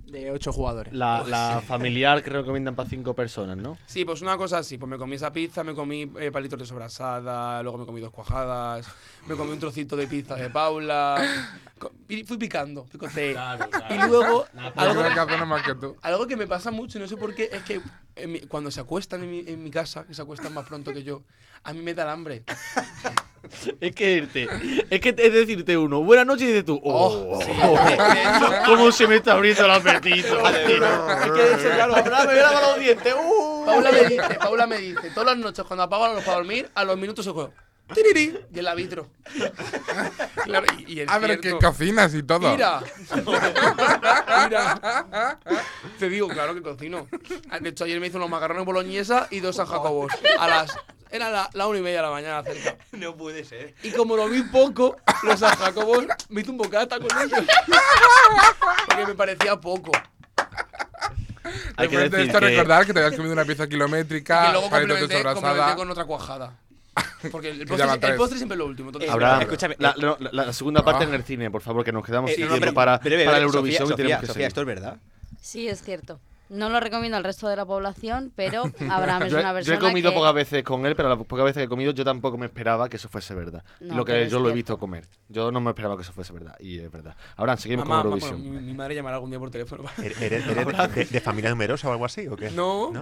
De ocho jugadores.
La, la familiar que recomiendan para cinco personas, ¿no?
Sí, pues una cosa así, pues me comí esa pizza, me comí eh, palitos de sobrasada, luego me comí dos cuajadas, me comí un trocito de pizza de Paula, co- y fui picando, picoteé. Y luego,
Yo
algo,
creo que hacen más que tú.
algo que me pasa mucho, y no sé por qué, es que en mi- cuando se acuestan en mi, en mi casa, que se acuestan más pronto que yo, a mí me da el hambre.
Es que irte, es que es decirte uno, buenas noches y dices tú, oh,
sí.
¿cómo se me está abriendo el apetito?
Es que de hecho, claro,
Ahora me lavo los dientes,
Paula me dice, Paula me dice, todas las noches cuando apago la luz para dormir, a los minutos se juego. ¡Tiriri! Y el árbitro. Claro, y, y es
A ver, Ah, que
cierto.
cocinas y todo.
Mira. Mira. Te digo, claro que cocino. De hecho, ayer me hizo unos macarrones boloñesa y dos San Jacobos. A las. Era la, la una y media de la mañana cerca.
No puede ser.
Y como lo vi poco, los San Jacobos me hizo un bocata con ellos. Porque me parecía poco.
Hay que
Después de
decir
esto,
que-
recordar que te habías comido una pizza
Que
kilométrica,
luego
palitos de
complementé, complementé
sobrasada.
con otra cuajada. Porque el
Que
postre,
ya van
el
tres.
postre siempre es lo último.
Eh,
entonces-
Habrá,
Escúchame,
la, no, la- la segunda parte en el cine, por favor, que nos quedamos
Eh,
sin
no, no,
tiempo
pero-
para,
breve,
para la
breve,
Eurovisión
Sofía,
y tenemos que
Sofía,
seguir.
esto es verdad.
Sí, es cierto. No lo recomiendo al resto de la población, pero Abraham es
yo, he-
una
yo
persona
he comido
que...
pocas veces con él, pero las pocas veces que he comido yo tampoco me esperaba que eso fuese verdad.
No,
lo
pero
que
es
yo lo he
cierto.
visto comer. Yo no me esperaba que eso fuese verdad. Y es verdad. Ahora seguimos
Mamá,
con
mamá,
Eurovisión.
bueno, mi, mi madre llamará algún día por teléfono.
¿Eres, eres- eres de, de familia numerosa o algo así o qué?
No.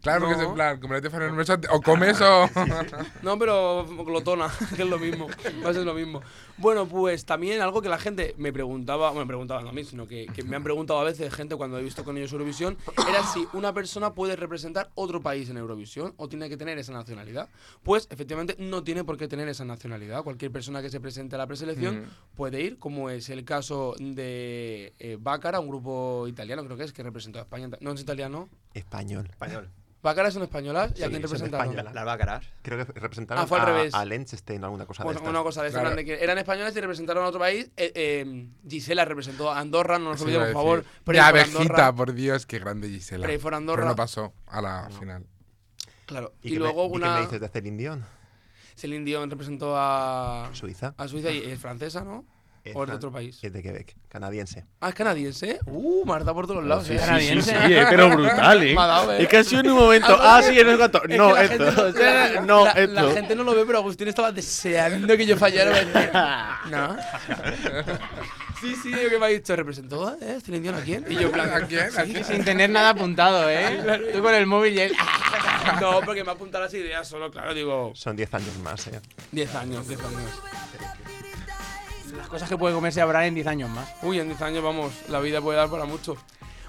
Claro, porque es
No.
en plan, como no te fueron mesa, o comes o.
Ah,
No, pero glotona, que es lo mismo. Va a ser lo mismo. Bueno, pues también algo que la gente me preguntaba, bueno, me preguntaban a mí, sino que, que me han preguntado a veces gente cuando he visto con ellos Eurovisión, era si una persona puede representar otro país en Eurovisión o tiene que tener esa nacionalidad. Pues efectivamente no tiene por qué tener esa nacionalidad. Cualquier persona que se presente a la preselección
Mm.
puede ir, como es el caso de eh, Bácara, un grupo italiano creo que es, que representó a España. No es italiano.
Español.
Español.
Bácara son españolas y a quién representaron.
Las bácaras. Creo que representaron
Ah, fue al
a,
revés.
a Liechtenstein o alguna cosa
Bueno,
de estas.
una cosa de esas, eran, de que eran españoles y representaron a otro país. Eh, eh, Gisela representó a Andorra, no nos
Eso iba
olvidemos,
a
por favor.
decir.
Pray
La
for
abejita,
Andorra.
por Dios, qué grande Gisela.
Pray for Andorra.
Pero no pasó a la final.
Claro.
¿Y,
Y,
qué me-
luego
y qué
una.
me dices de Celine Dion?
Celine Dion representó a.
Suiza.
A Suiza y es francesa, ¿no?
Es
o es de
fran-
otro país.
Es de Quebec, canadiense.
Ah, es canadiense. Uh, Marta por todos lados.
Sí,
¿eh?
sí, sí,
Canadiense.
sí, eh, pero brutal, ¿eh?
Me ha dado,
Es que ha sido en un momento, ah, sí, en un rato,
Es que
no,
la
esto,
gente
o sea,
la-
no,
la, La
esto.
gente no lo ve, pero Agustín estaba deseando que yo fallara. ¿No? Sí, sí, que me ha dicho, ¿representó a eh, Celine Dion a quién? Y yo, en plan,
¿A quién? ¿A quién?
Sin tener nada apuntado, ¿eh?
Tú con el móvil y él.
No, porque me ha apuntado las ideas solo, claro, digo.
Son 10 años más, eh.
10 años, 10 años.
Las cosas que puede comerse habrá en 10 años más.
Uy, en 10 años, vamos, la vida puede dar para mucho.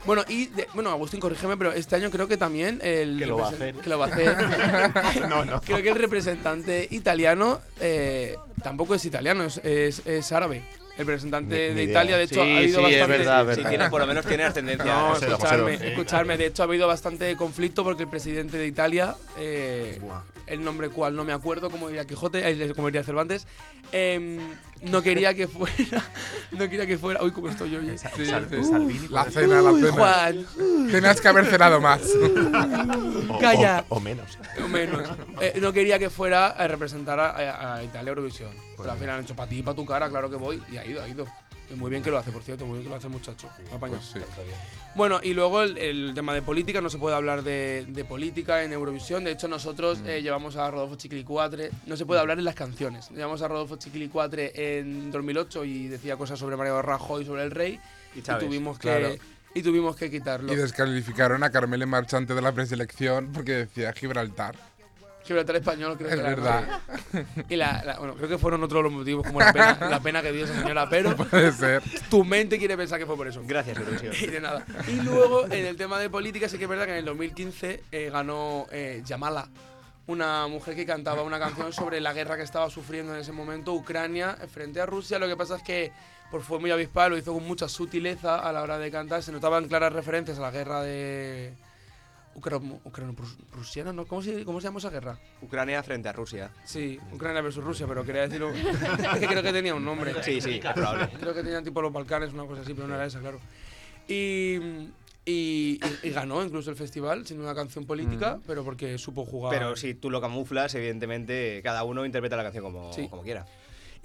Bueno, y de- bueno, Agustín, corrígeme, pero este año creo que también el
Que lo va a
represen-
hacer.
que lo va a hacer.
No, no.
Creo que el representante italiano eh, tampoco es italiano, es, es- es árabe. El representante
Ni- ni
de
idea.
Italia, de hecho,
Sí,
ha
sí,
habido
es
bastante.
verdad, Sí, verdad. tiene- por lo menos tiene ascendencia.
No,
José, José,
escucharme,
José.
escucharme, De hecho, ha habido bastante conflicto porque el presidente de Italia, eh, el nombre cual no me acuerdo, como diría Quijote, eh, como diría Cervantes, em, no quería que fuera. No quería que fuera. Uy, cómo estoy yo. oye.
Sí, sí.
Uh,
la cena, la
uy,
cena.
Juan.
Tenías que haber cenado más.
O- Calla. o- o
menos.
O menos. Eh, no quería que fuera a representar a, a- a Italia Eurovisión.
Pues
Pero al final han hecho para ti, para tu cara, claro que voy. Y ha ido, ha ido. Y muy bien que lo hace, por cierto, muy bien que lo hace el muchacho. Ha apañado.
Pues sí.
Bueno, y luego el, el tema de política, no se puede hablar de, de política en Eurovisión. De hecho, nosotros
Mm.
eh, llevamos a Rodolfo Chiquilicuatre, no se puede hablar en las canciones. Llevamos a Rodolfo Chiquilicuatre en 2008 y decía cosas sobre Mario Rajoy, sobre el rey. Y,
Chávez,
tuvimos que,
claro.
y tuvimos que quitarlo.
Y descalificaron a Carmele Marchante de la preselección porque decía Gibraltar.
Gibraltar español, creo
Es
que era, ¿no?
verdad.
Y la, la- bueno, creo que fueron otros los motivos, como la pena, la pena que dio esa señora, pero.
Puede ser.
Tu mente quiere pensar que fue por eso.
Gracias, Eurovisión.
Y de nada. Y luego, en el tema de política, sí que es verdad que en el 2015 eh, ganó eh, Yamala, una mujer que cantaba una canción sobre la guerra que estaba sufriendo en ese momento Ucrania eh, frente a Rusia. Lo que pasa es que pues, fue muy avispada, lo hizo con mucha sutileza a la hora de cantar. Se notaban claras referencias a la guerra de. Ucrano, rusiana, ¿no? ¿Cómo se, ¿Cómo se llama esa guerra?
Ucrania frente a Rusia.
Sí, Ucrania versus Rusia, pero quería decirlo. es que creo que tenía un nombre.
Sí, sí, probable.
Creo que tenían tipo los Balcanes, una cosa así, pero no era esa, claro. Y, y- y- y ganó incluso el festival sin una canción política, pero porque supo jugar.
Pero si tú lo camuflas, evidentemente cada uno interpreta la canción como,
Sí.
como quiera.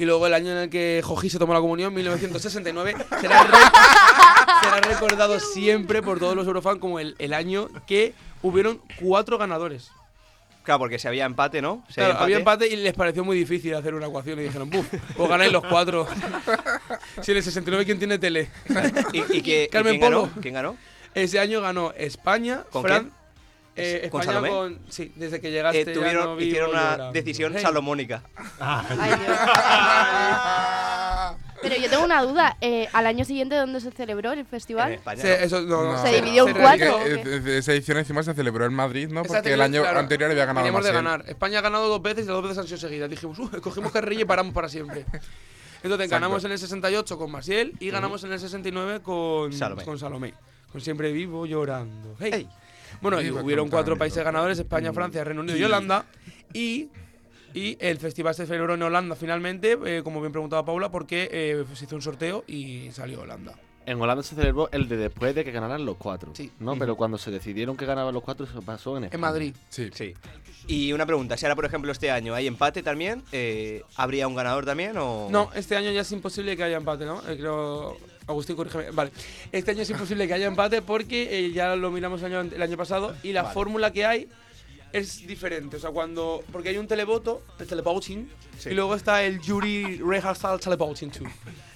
Y luego el año en el que Joji se tomó la comunión, 1969, será, re- será recordado siempre por todos los Eurofans como el, el año que hubieron cuatro ganadores.
Claro, porque si había empate, ¿no? Si
Claro, había empate y les pareció muy difícil hacer una ecuación y dijeron, ¡buf! Pues ganáis los cuatro. si en el 69, ¿quién tiene tele?
¿Y, y qué- y
Carmen
quién ganó?
Polo.
¿Quién ganó?
Ese año ganó España,
¿Con
Fran-
quién?
eh,
¿Con
España
Salomé?
con, Sí, desde que llegaste.
Eh,
ya
tuvieron-
no vivo
hicieron una
llorando.
decisión
Hey.
salomónica.
Ah.
Pero yo tengo una duda. eh, ¿Al año siguiente dónde se celebró el festival?
Sí,
eso no-
Se dividió en cuatro, ¿o
eh, eh, Esa edición encima se celebró en Madrid, ¿no?
Esa
Porque el
tenía-
año
claro,
anterior había ganado
veníamos
más.
de ganar. España ha ganado dos veces y las dos veces han sido seguidas. Dijimos, "Uh, cogemos carrilla y paramos para siempre. Entonces
Exacto.
ganamos en el 68 con Maciel y ganamos en el 69 con
Salomé.
con Salomé. Con Siempre Vivo Llorando. Hey. Bueno, y
Viva
hubieron cuatro
cantando.
países ganadores,
Mm.
España, Francia, Reino Unido y
Y-
Holanda. Y, y el festival se celebró en Holanda finalmente, eh, como bien preguntaba Paula, porque eh, se hizo un sorteo y salió Holanda.
En Holanda se celebró el de después de que ganaran los cuatro.
Sí.
No, pero cuando se decidieron que ganaban los cuatro, eso pasó en España.
Sí.
Y una pregunta, si ahora por ejemplo este año hay empate también, eh, ¿habría un ganador también o...?
No, este año ya es imposible que haya empate, ¿no? Eh, creo. Agustín, corrígeme. Vale. Este año es imposible que haya empate porque eh, ya lo miramos el año, el año pasado y la
Vale.
fórmula que hay es diferente. O sea, cuando. Porque hay un televoto, el televoting,
Sí.
y luego está el jury rehearsal televoting too.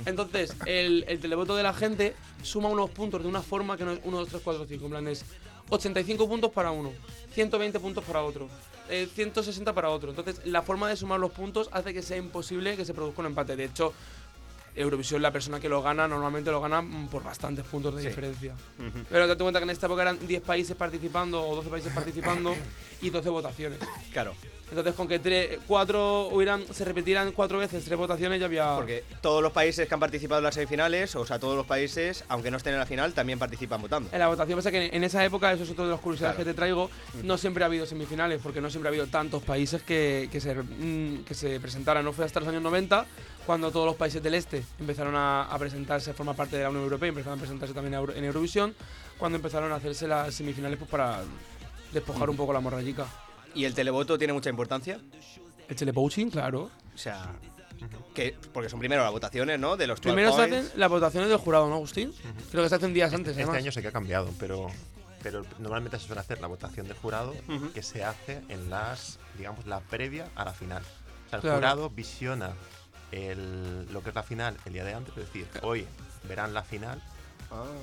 Entonces, el, el televoto de la gente suma unos puntos de una forma que no es 1, 2, 3, 4, 5. En plan, es 85 puntos para uno, 120 puntos para otro, eh, 160 para otro. Entonces, la forma de sumar los puntos hace que sea imposible que se produzca un empate. De hecho, Eurovisión la persona que lo gana normalmente lo gana mm, por bastantes puntos de
Sí.
diferencia.
Ujú.
Mm. Pero date cuenta que en esta época eran 10 países participando o 12 países participando y 12 votaciones.
Claro.
Entonces con que tres, cuatro hubieran, se repetieran cuatro veces tres votaciones ya había...
Porque todos los países que han participado en las semifinales, o sea, todos los países, aunque no estén en la final, también participan votando.
En la votación pasa que en esa época, eso es otro de las curiosidades que te traigo, no siempre ha habido semifinales, porque no siempre ha habido tantos países que, que se, mm, que se presentaran. No fue hasta los años 90 cuando todos los países del este empezaron a, a presentarse, a formar parte de la Unión Europea, empezaron a presentarse también a Euro- en Eurovisión, cuando empezaron a hacerse las semifinales pues, para despojar un poco la morrayica.
¿Y el televoto tiene mucha importancia?
El telepoaching, claro.
O sea, que, porque son primero las votaciones, ¿no? De los 12
Primero se
points.
hacen las votaciones del jurado, ¿no, Agustín? Creo que se hacen días antes,
Este
además.
año sé que ha cambiado, pero, pero normalmente se suele hacer la votación del jurado que se hace en las, digamos, la previa a la final. O sea, el
Claro.
jurado visiona el- lo que es la final el día de antes, es decir, hoy verán la final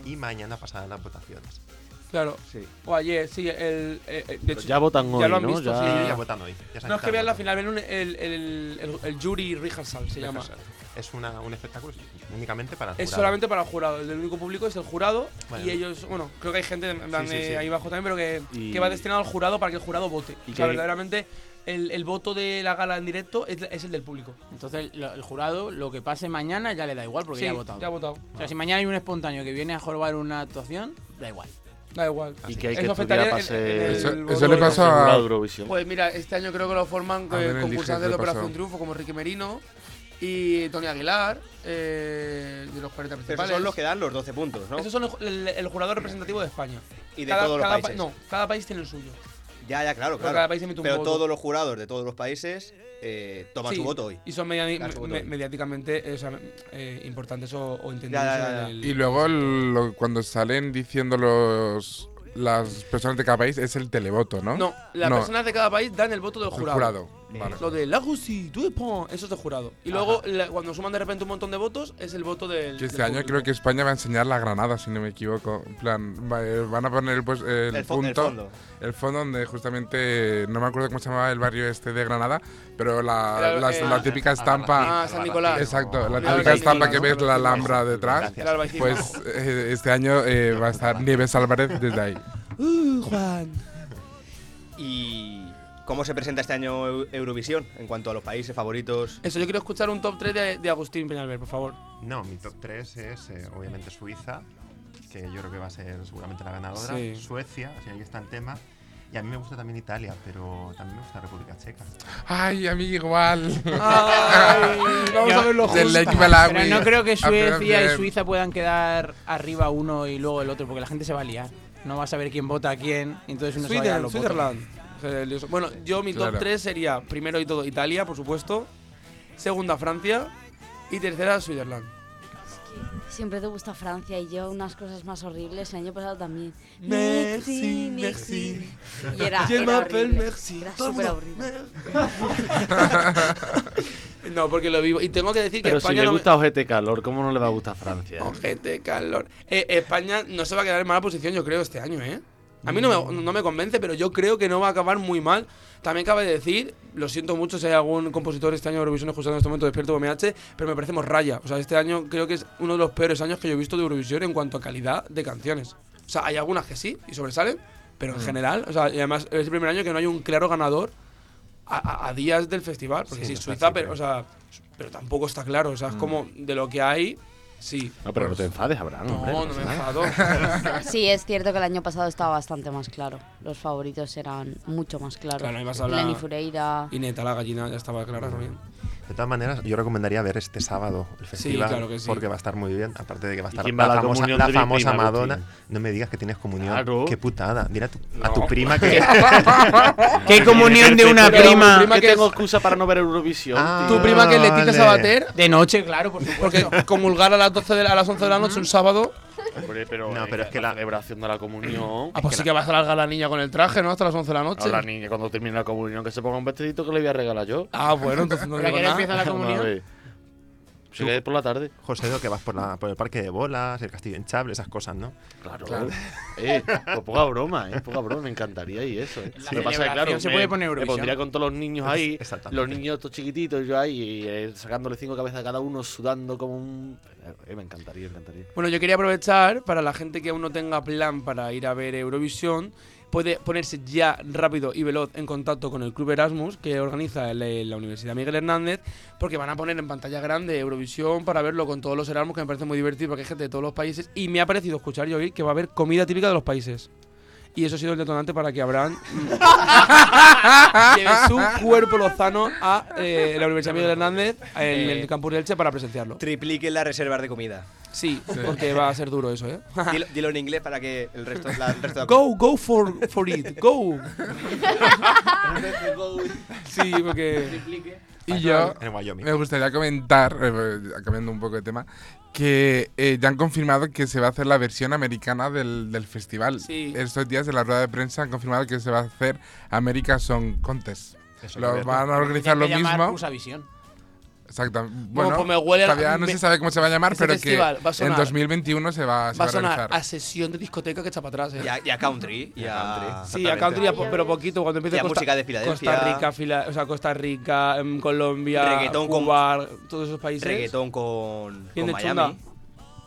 y mañana pasarán las votaciones.
Claro. O ayer, sí. El, eh, eh, de hecho,
Pues ya votan hoy,
lo han
¿no?
visto,
Ya-
sí.
Sí, ya votan hoy. Ya se han
no es que
quitado
vean la final, ven un- el, el, el, el jury rehearsal, se llama.
Es una- un espectáculo únicamente para el
Es
jurado.
solamente para el jurado. El único público es el jurado.
Vale.
Y ellos, bueno, creo que hay gente en plan
Sí, sí,
de
sí.
ahí abajo también, pero que,
Y-
que va destinado al jurado para que el jurado vote.
Y
o sea,
que-
verdaderamente el, el voto de la gala en directo es, es el del público.
Entonces lo- el jurado lo que pase mañana ya le da igual porque
Sí,
ya ha votado.
ya ha votado.
O sea, si mañana hay un espontáneo que viene a jorobar una actuación, da igual.
Da igual.
Y que hay
Eso
que
afectaría
estudiar para
el-
ser.
el-
Eso- el eso le voto. pasó a-
jurado de Eurovisión.
Pues mira, este año creo que lo forman
A ver,
eh,
elige,
concursantes de
¿qué pasó?
Operación Triunfo como Ricky Merino y Tony Aguilar, eh, de los 40
Pero esos
principales.
son los que dan los 12 puntos, ¿no?
Esos son el, el- el jurado representativo de España.
Y de todos los
cada
países.
no, cada país tiene el suyo.
Ya, ya, claro,
Pero
claro.
cada país emite un
Pero
voto.
todos los jurados de todos los países eh, toman
Sí,
su voto hoy.
Y son mediani-
Dan su voto
me-
hoy.
mediáticamente eh, o sea, eh, importantes o, o entendidos.
Ya, ya, ya,
en
ya.
el-
Y luego el- lo- cuando salen diciendo los las personas de cada país es el televoto, ¿no?
No, las personas de cada país dan el voto del
El
jurado.
jurado, vale.
Lo de Lagusi, Duepon, eso es de jurado. Y luego, la- cuando suman de repente un montón de votos, es el voto del.
Que este
del
año
público.
creo que España va a enseñar la granada, si no me equivoco. En plan, va- eh, van a poner el, pues, el
El fo- el
punto.
fondo.
el fondo donde justamente, no me acuerdo cómo se llamaba el barrio este de Granada, pero la,
Era,
las-
eh,
la típica estampa.
Ah, San Nicolás.
Exacto,
Ah,
la
Albaicín,
típica estampa que
Ah, ¿no?
ves la alhambra detrás.
El albaicín.
Pues eh, este año eh, va a estar Nieves Álvarez desde ahí.
Uh, Juan.
¿Y cómo se presenta este año Eu- Eurovisión en cuanto a los países favoritos?
Eso, yo quiero escuchar un top 3 de, de Agustín Peñalver, por favor.
No, mi top 3 es eh, obviamente Suiza, que yo creo que va a ser seguramente la ganadora.
Sí.
Suecia, o sea, ahí está el tema. Y a mí me gusta también Italia, pero también me gusta República Checa.
Ay, a mí igual.
Ay,
vamos a verlo
Del
juntos.
Lake
Malawi.
Pero no Ah, creo que
A ver,
Suecia y
bien.
Suiza puedan quedar arriba uno y luego el otro, porque la gente se va a liar. No va a saber quién vota a quién, y entonces uno se va a liar
Switzerland.
los votos.
Switzerland. Eh, lioso. Bueno, yo mi top
Claro.
3 sería, primero y todo, Italia, por supuesto. Segunda, Francia. Y tercera, Switzerland.
Siempre te gusta Francia y yo unas cosas más horribles. El año pasado también.
Merci, merci.
Y era,
Je
era
m'appelle
horrible.
merci.
Era
Todo el
súper
mundo,
horrible.
No, porque lo vivo. Y tengo que decir que
Pero si
España
le
no me-
gusta Ojete Calor, ¿cómo no le va a gustar Francia?
Ojete Calor. Eh, España no se va a quedar en mala posición, yo creo, este año, ¿eh? A mí no
Mm.
me, no me convence, pero yo creo que no va a acabar muy mal. También cabe decir, lo siento mucho si hay algún compositor este año de Eurovisión escuchando en este momento Despierto BMH, pero me parece morralla. O sea, este año creo que es uno de los peores años que yo he visto de Eurovisión en cuanto a calidad de canciones. O sea, hay algunas que sí y sobresalen, pero en
Mm.
general, o sea, y además es el primer año que no hay un claro ganador a, a- a días del festival. Porque
Sí,
sí,
no está Mm.
Suiza,
así, pero-
pero, o sea, pero tampoco está claro. O sea, es como de lo que hay, sí.
No, pero no te enfades, Abraham.
No,
hombre,
no
pasa
me
nada.
enfado.
Sí, es cierto que el año pasado estaba bastante más claro. Los favoritos eran mucho más claros.
Claro, ahí vas a hablar-
Lenny Fureira.
Y neta, la gallina ya estaba clara también.
De todas maneras, yo recomendaría ver este sábado el festival,
claro que sí.
porque va a estar muy bien. Aparte de que va a estar
quién
la,
va a la
famosa,
comunión
la
de mi
famosa
prima,
Madonna.
Agustín?
No me digas que tienes comunión.
Claro.
Qué putada. Dile a tu, a tu
No.
prima que.
Qué comunión de una
Pero,
prima.
prima
que
que
tengo excusa para no ver Eurovisión.
Ah. tu prima que es Leticia Sabater.
De noche, claro, por
Porque comulgar a las, 12 de la- a las 11 de la noche un sábado.
Hombre, pero no, pero es que la celebración de la comunión.
Ah, pues sí que va a larga la niña con el traje, ¿no? Hasta las 11 de la
No,
noche.
la niña cuando termine la comunión que se ponga un vestidito que le voy a regalar yo.
Ah, bueno, entonces no
Pero
digo
que no
nada.
empieza la comunión.
Se quede por la tarde.
José, lo que vas por, la, por el parque de bolas, el castillo hinchable, esas cosas, ¿no?
Claro. Eh, pues poca broma, eh, poca broma, me encantaría y eso. Eh.
La
Lo que pasa es que,
celebración
claro,
se
me-
puede poner
me
Eurovisión.
pondría con todos los niños
Es-
ahí,
exactamente.
los niños todos chiquititos yo ahí, y, eh, sacándole cinco cabezas a cada uno, sudando como un... Eh, me encantaría, me encantaría.
Bueno, yo quería aprovechar para la gente que aún no tenga plan para ir a ver Eurovisión, puede ponerse ya rápido y veloz en contacto con el Club Erasmus que organiza el- el- la Universidad Miguel Hernández, porque van a poner en pantalla grande Eurovisión para verlo con todos los Erasmus, que me parece muy divertido porque hay gente de todos los países. Y me ha parecido escuchar yo hoy que va a haber comida típica de los países. Y eso ha sido el detonante para que Abraham mm, lleve su cuerpo lozano a eh, la Universidad Miguel Hernández, en el campus de Elche, para presenciarlo.
Tripliquen las reservas de comida.
Sí, porque va a ser duro eso, ¿eh?
dilo, dilo en inglés para que el resto, la- el resto de la-
Go, go for, for it, go. sí,
Triplique.
porque.
Y yo
En Wyoming.
me gustaría comentar, eh, cambiando un poco de tema, que eh, ya han confirmado que se va a hacer la versión americana del, del festival. Estos días en la rueda de prensa han confirmado que se va a hacer America Song Contest.
Eso
Lo
que ver.
van a organizar lo
Tienen que llamar
mismo.
Usavisión.
Exactamente.
Bueno,
Bueno,
pues me huele a-
todavía no
me-
se sabe cómo se va a llamar,
Ese
pero
festival va a
que en
sonar.
2021 se va, se
Va
va
a
a
sonar
realizar.
a sesión de discoteca que está para atrás, ¿eh?
Y a, y a country. Y a,
Sí, a country, a po- pero poquito, cuando
Y
empiece
a
Costa,
música de Filadelfia.
Costa Rica, Fila- o sea, Costa Rica, em, Colombia,
Reggaetón con-
Cuba, todos esos países.
Reggaetón con, con
Bien de
Miami.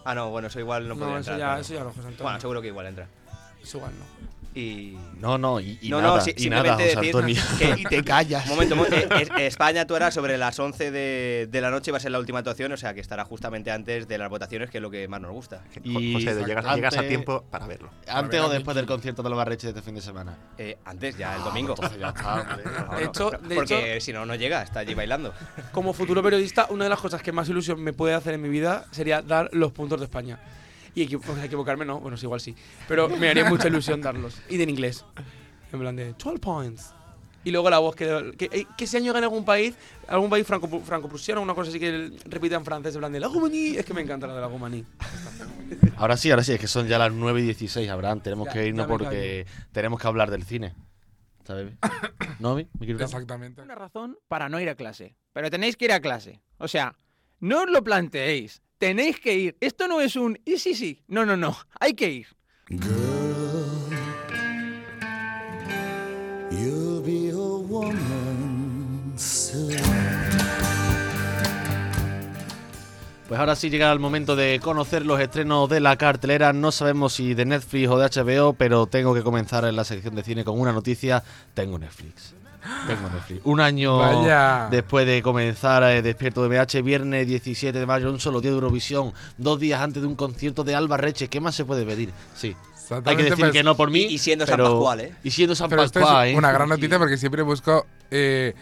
Ah, no, bueno, eso igual no
No,
podría
eso
entrar.
ya-
claro.
eso ya no, José Antonio.
Bueno, seguro que igual entra.
Eso igual no.
Y...
No, no, y, y
no,
nada,
no, si-
y nada,
simplemente
José
decir
Antonio.
que-
Y te callas.
Un momento, un momento. Eh, eh, España actuará sobre las 11 de, de la noche, va a ser la última actuación, o sea que estará justamente antes de las votaciones, que es lo que más nos gusta.
Y
José, llegas- llegas a tiempo para verlo. Para
¿Antes
ver a
o después del concierto de los Barreches de este fin de semana?
Eh, antes, ya
Ah,
el domingo.
entonces ya está, hombre.
De hecho- de
Porque si no, no llega, está allí bailando.
Como futuro periodista, una de las cosas que más ilusión me puede hacer en mi vida sería dar los puntos de España. Y equi- o sea, equivocarme no, bueno, sí, igual sí. Pero me haría mucha ilusión darlos. Y en inglés. En plan de 12 points. Y luego la voz que... Que, eh, que ese año gana algún país, algún país franco, franco-prusiano, una cosa así que el- repita en francés, en plan de la Gumaní. Es que me encanta la de la Gumaní.
Ahora sí, ahora sí, es que son ya las 9 y 16, Abraham. Tenemos
Ya,
que irnos
ya me
porque tenemos que hablar del cine. ¿Sabes? ¿No, mi? ¿Me equivoco?
Exactamente.
Una razón para no ir a clase. Pero tenéis que ir a clase. O sea, no os lo planteéis. Tenéis que ir. Esto no es un y sí, sí. No, no, no. Hay que ir.
You'll be a woman soon.
Pues ahora sí llega el momento de conocer los estrenos de la cartelera. No sabemos si de Netflix o de HBO, pero tengo que comenzar en la sección de cine con una noticia. Tengo Netflix. Tengo Netflix. Un año
Vaya.
después de comenzar eh, Despierto de BH, viernes 17 de mayo, un solo día de Eurovisión, dos días antes de un concierto de Alba Reche. ¿Qué más se puede pedir? Sí. Hay que decir
pues-
que no por mí.
Y- y siendo San
pero-
Pascual, ¿eh?
Y siendo San
Pero esto es
Pascual, ¿eh?
una gran noticia porque siempre busco eh,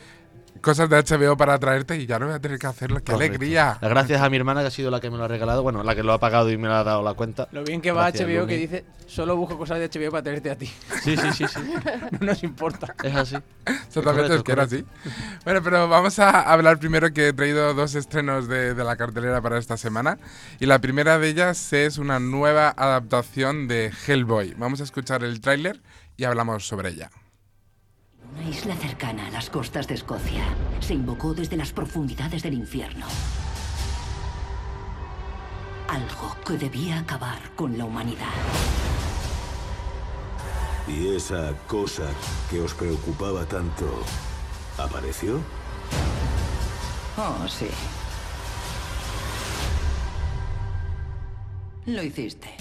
cosas de HBO para traerte y ya no voy a tener que hacerlo. ¡Qué
Correcto.
alegría!
Las gracias a mi hermana que ha sido la que me lo ha regalado, bueno, la que lo ha pagado y me lo ha dado la cuenta.
Lo bien que va
Gracias,
HBO que
Lumi.
dice, solo busco cosas de HBO para tenerte a ti.
Sí, sí, sí, sí.
no nos importa.
Es así.
Exactamente, es que era así. Bueno, pero vamos a hablar primero que he traído dos estrenos de, de la cartelera para esta semana. Y la primera de ellas es una nueva adaptación de Hellboy. Vamos a escuchar el tráiler y hablamos sobre ella.
Una isla cercana a las costas de Escocia se invocó desde las profundidades del infierno. Algo que debía acabar con la humanidad.
Y esa cosa que os preocupaba tanto, ¿apareció?
Oh, sí. Lo hiciste.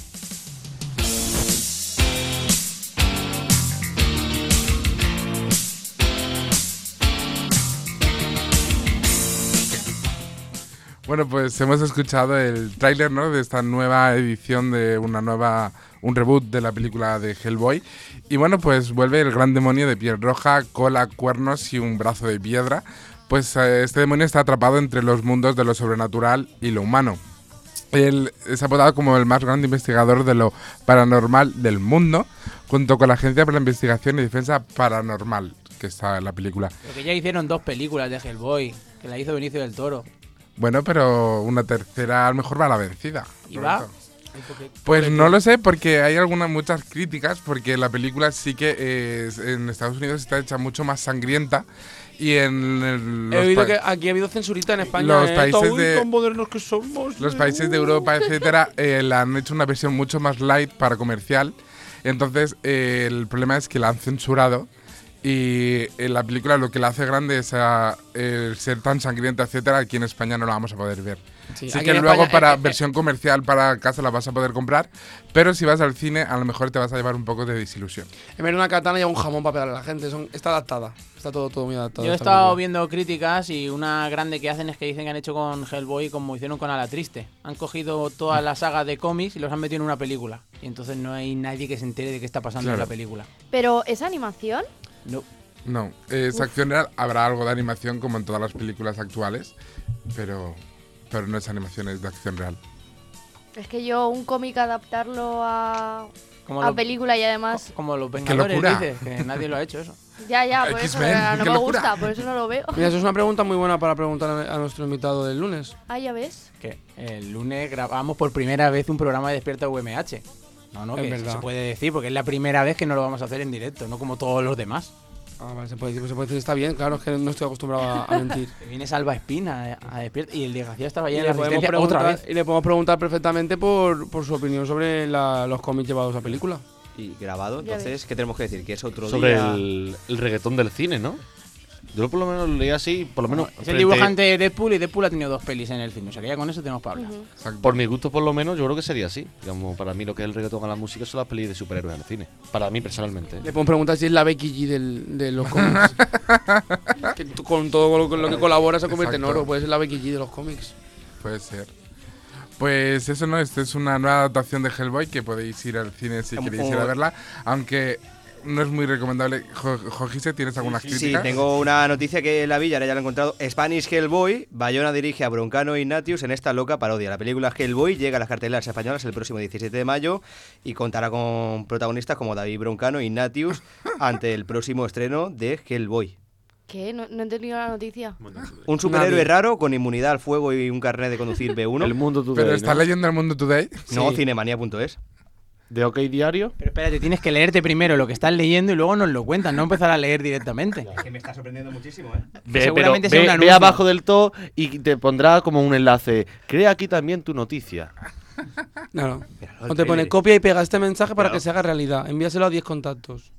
Bueno, pues hemos escuchado el tráiler, ¿no? De esta nueva edición de una nueva, un reboot de la película de Hellboy. Y bueno, pues vuelve el gran demonio de piel roja, cola, cuernos y un brazo de piedra. Pues eh, este demonio está atrapado entre los mundos de lo sobrenatural y lo humano. Él es apodado como el más grande investigador de lo paranormal del mundo, junto con la Agencia para la Investigación y Defensa Paranormal, que está en la película.
Lo que ya hicieron dos películas de Hellboy, que la hizo Benicio del Toro.
Bueno, pero una tercera a lo mejor va a la vencida.
Y va
Pues no lo sé, porque hay algunas muchas críticas, porque la película sí que eh, es- en Estados Unidos está hecha mucho más sangrienta y en el-
He
los,
oído
pa-
que aquí ha habido censurita en España.
los
¿eh?
países
Tan
de-
modernos que somos.
los países de Europa, etcétera, eh, la han hecho una versión mucho más light para comercial. Entonces eh, el problema es que la han censurado y eh, la película lo que la hace grande es a, eh, ser tan sangrienta, etcétera. Aquí en España no la vamos a poder ver.
Sí,
Así
aquí
que
en
luego
España-
para
eh, eh, eh.
versión comercial para casa la vas a poder comprar, pero si vas al cine a lo mejor te vas a llevar un poco de desilusión.
En vez de una katana lleva un jamón para pegarle a la gente. Son, está adaptada. Está todo, todo muy adaptado.
Yo he
esta
estado
película.
viendo críticas y una grande que hacen es que dicen que han hecho con Hellboy como hicieron con Ala Triste. Han cogido toda la saga de cómics y los han metido en una película. Y entonces no hay nadie que se entere de qué está pasando en
Claro.
la película.
Pero ¿es animación?
No.
No, es
Uf.
acción real. Habrá algo de animación como en todas las películas actuales, pero, pero no es animación, es de acción real.
Es que yo un cómic adaptarlo a,
Como
a
lo-
película y además...
Como los
¡Qué
Vengadores,
locura!
dices, que nadie lo ha hecho eso.
Ya, ya, por eso
Oh. X-Men,
no,
qué
me
locura.
gusta, por eso no lo veo.
Mira, eso es una pregunta muy buena para preguntar a, a nuestro invitado del lunes.
Ah, ya ves.
Que el lunes grabamos por primera vez un programa de Despierta UMH. No, no,
Es
que eso
verdad.
se puede decir porque es la primera vez que no lo vamos a hacer en directo, no como todos los demás.
Ah, vale, se puede decir, se puede decir, está bien, claro, es que no estoy acostumbrado a, a mentir.
Viene Salva Espina a, a Despierta y el desgraciado estaba
Y
allí en
le,
la
podemos
resistencia otra
preguntar-
vez.
y le podemos preguntar perfectamente por, por su opinión sobre la- los cómics llevados a película.
Y grabado,
Ya
entonces, ¿qué tenemos que decir? Que es otro
Sobre
día.
El, el reggaetón del cine, ¿no? Yo por lo menos leí así, por lo menos.
Ah,
Es el
frente-
dibujante de Deadpool y Deadpool ha tenido dos pelis en el cine. O sea que ya con eso tenemos para hablar.
Por mi gusto, por lo menos, yo creo que sería así. Digamos, para mí lo que es el reggaetón a la música son las pelis de superhéroes en el cine. Para mí, personalmente. ¿eh?
Le podemos preguntar si es la Becky G del- de los cómics. que tú con todo lo, con lo que colabora se convierte en
Exacto.
oro, puede ser la Becky G de los cómics.
Puede ser. Pues eso no, esto es una nueva adaptación de Hellboy que podéis ir al cine si
Como-
queréis ir a
como-
verla, aunque no es muy recomendable. Jo- Jojise, ¿tienes algunas
Sí,
críticas?
tengo una noticia que la Villa ya la he encontrado. Spanish Hellboy. Bayona dirige a Broncano y Ignatius en esta loca parodia. La película Hellboy llega a las carteleras españolas el próximo 17 de mayo y contará con protagonistas como David Broncano y Ignatius ante el próximo estreno de Hellboy.
¿Qué? No, no he entendido la noticia.
Un superhéroe
Nadie.
raro con inmunidad al fuego y un carnet de conducir B1. El
mundo
Pero está leyendo el mundo today.
No, cinemanía.es.
¿De OK Diario?
Pero espérate, tienes que leerte primero lo que estás leyendo y luego nos lo cuentas, no empezar a leer directamente.
Que me está sorprendiendo muchísimo, ¿eh?
Ve, pero
Seguramente
ve,
sea un
ve
anuncio.
abajo del todo y te pondrá como un enlace. Crea aquí también tu noticia.
Ah, No, no.
Míralo,
O te
el
pone
trailer.
copia y pega este mensaje para
Claro.
que se haga realidad. Envíaselo a 10 contactos.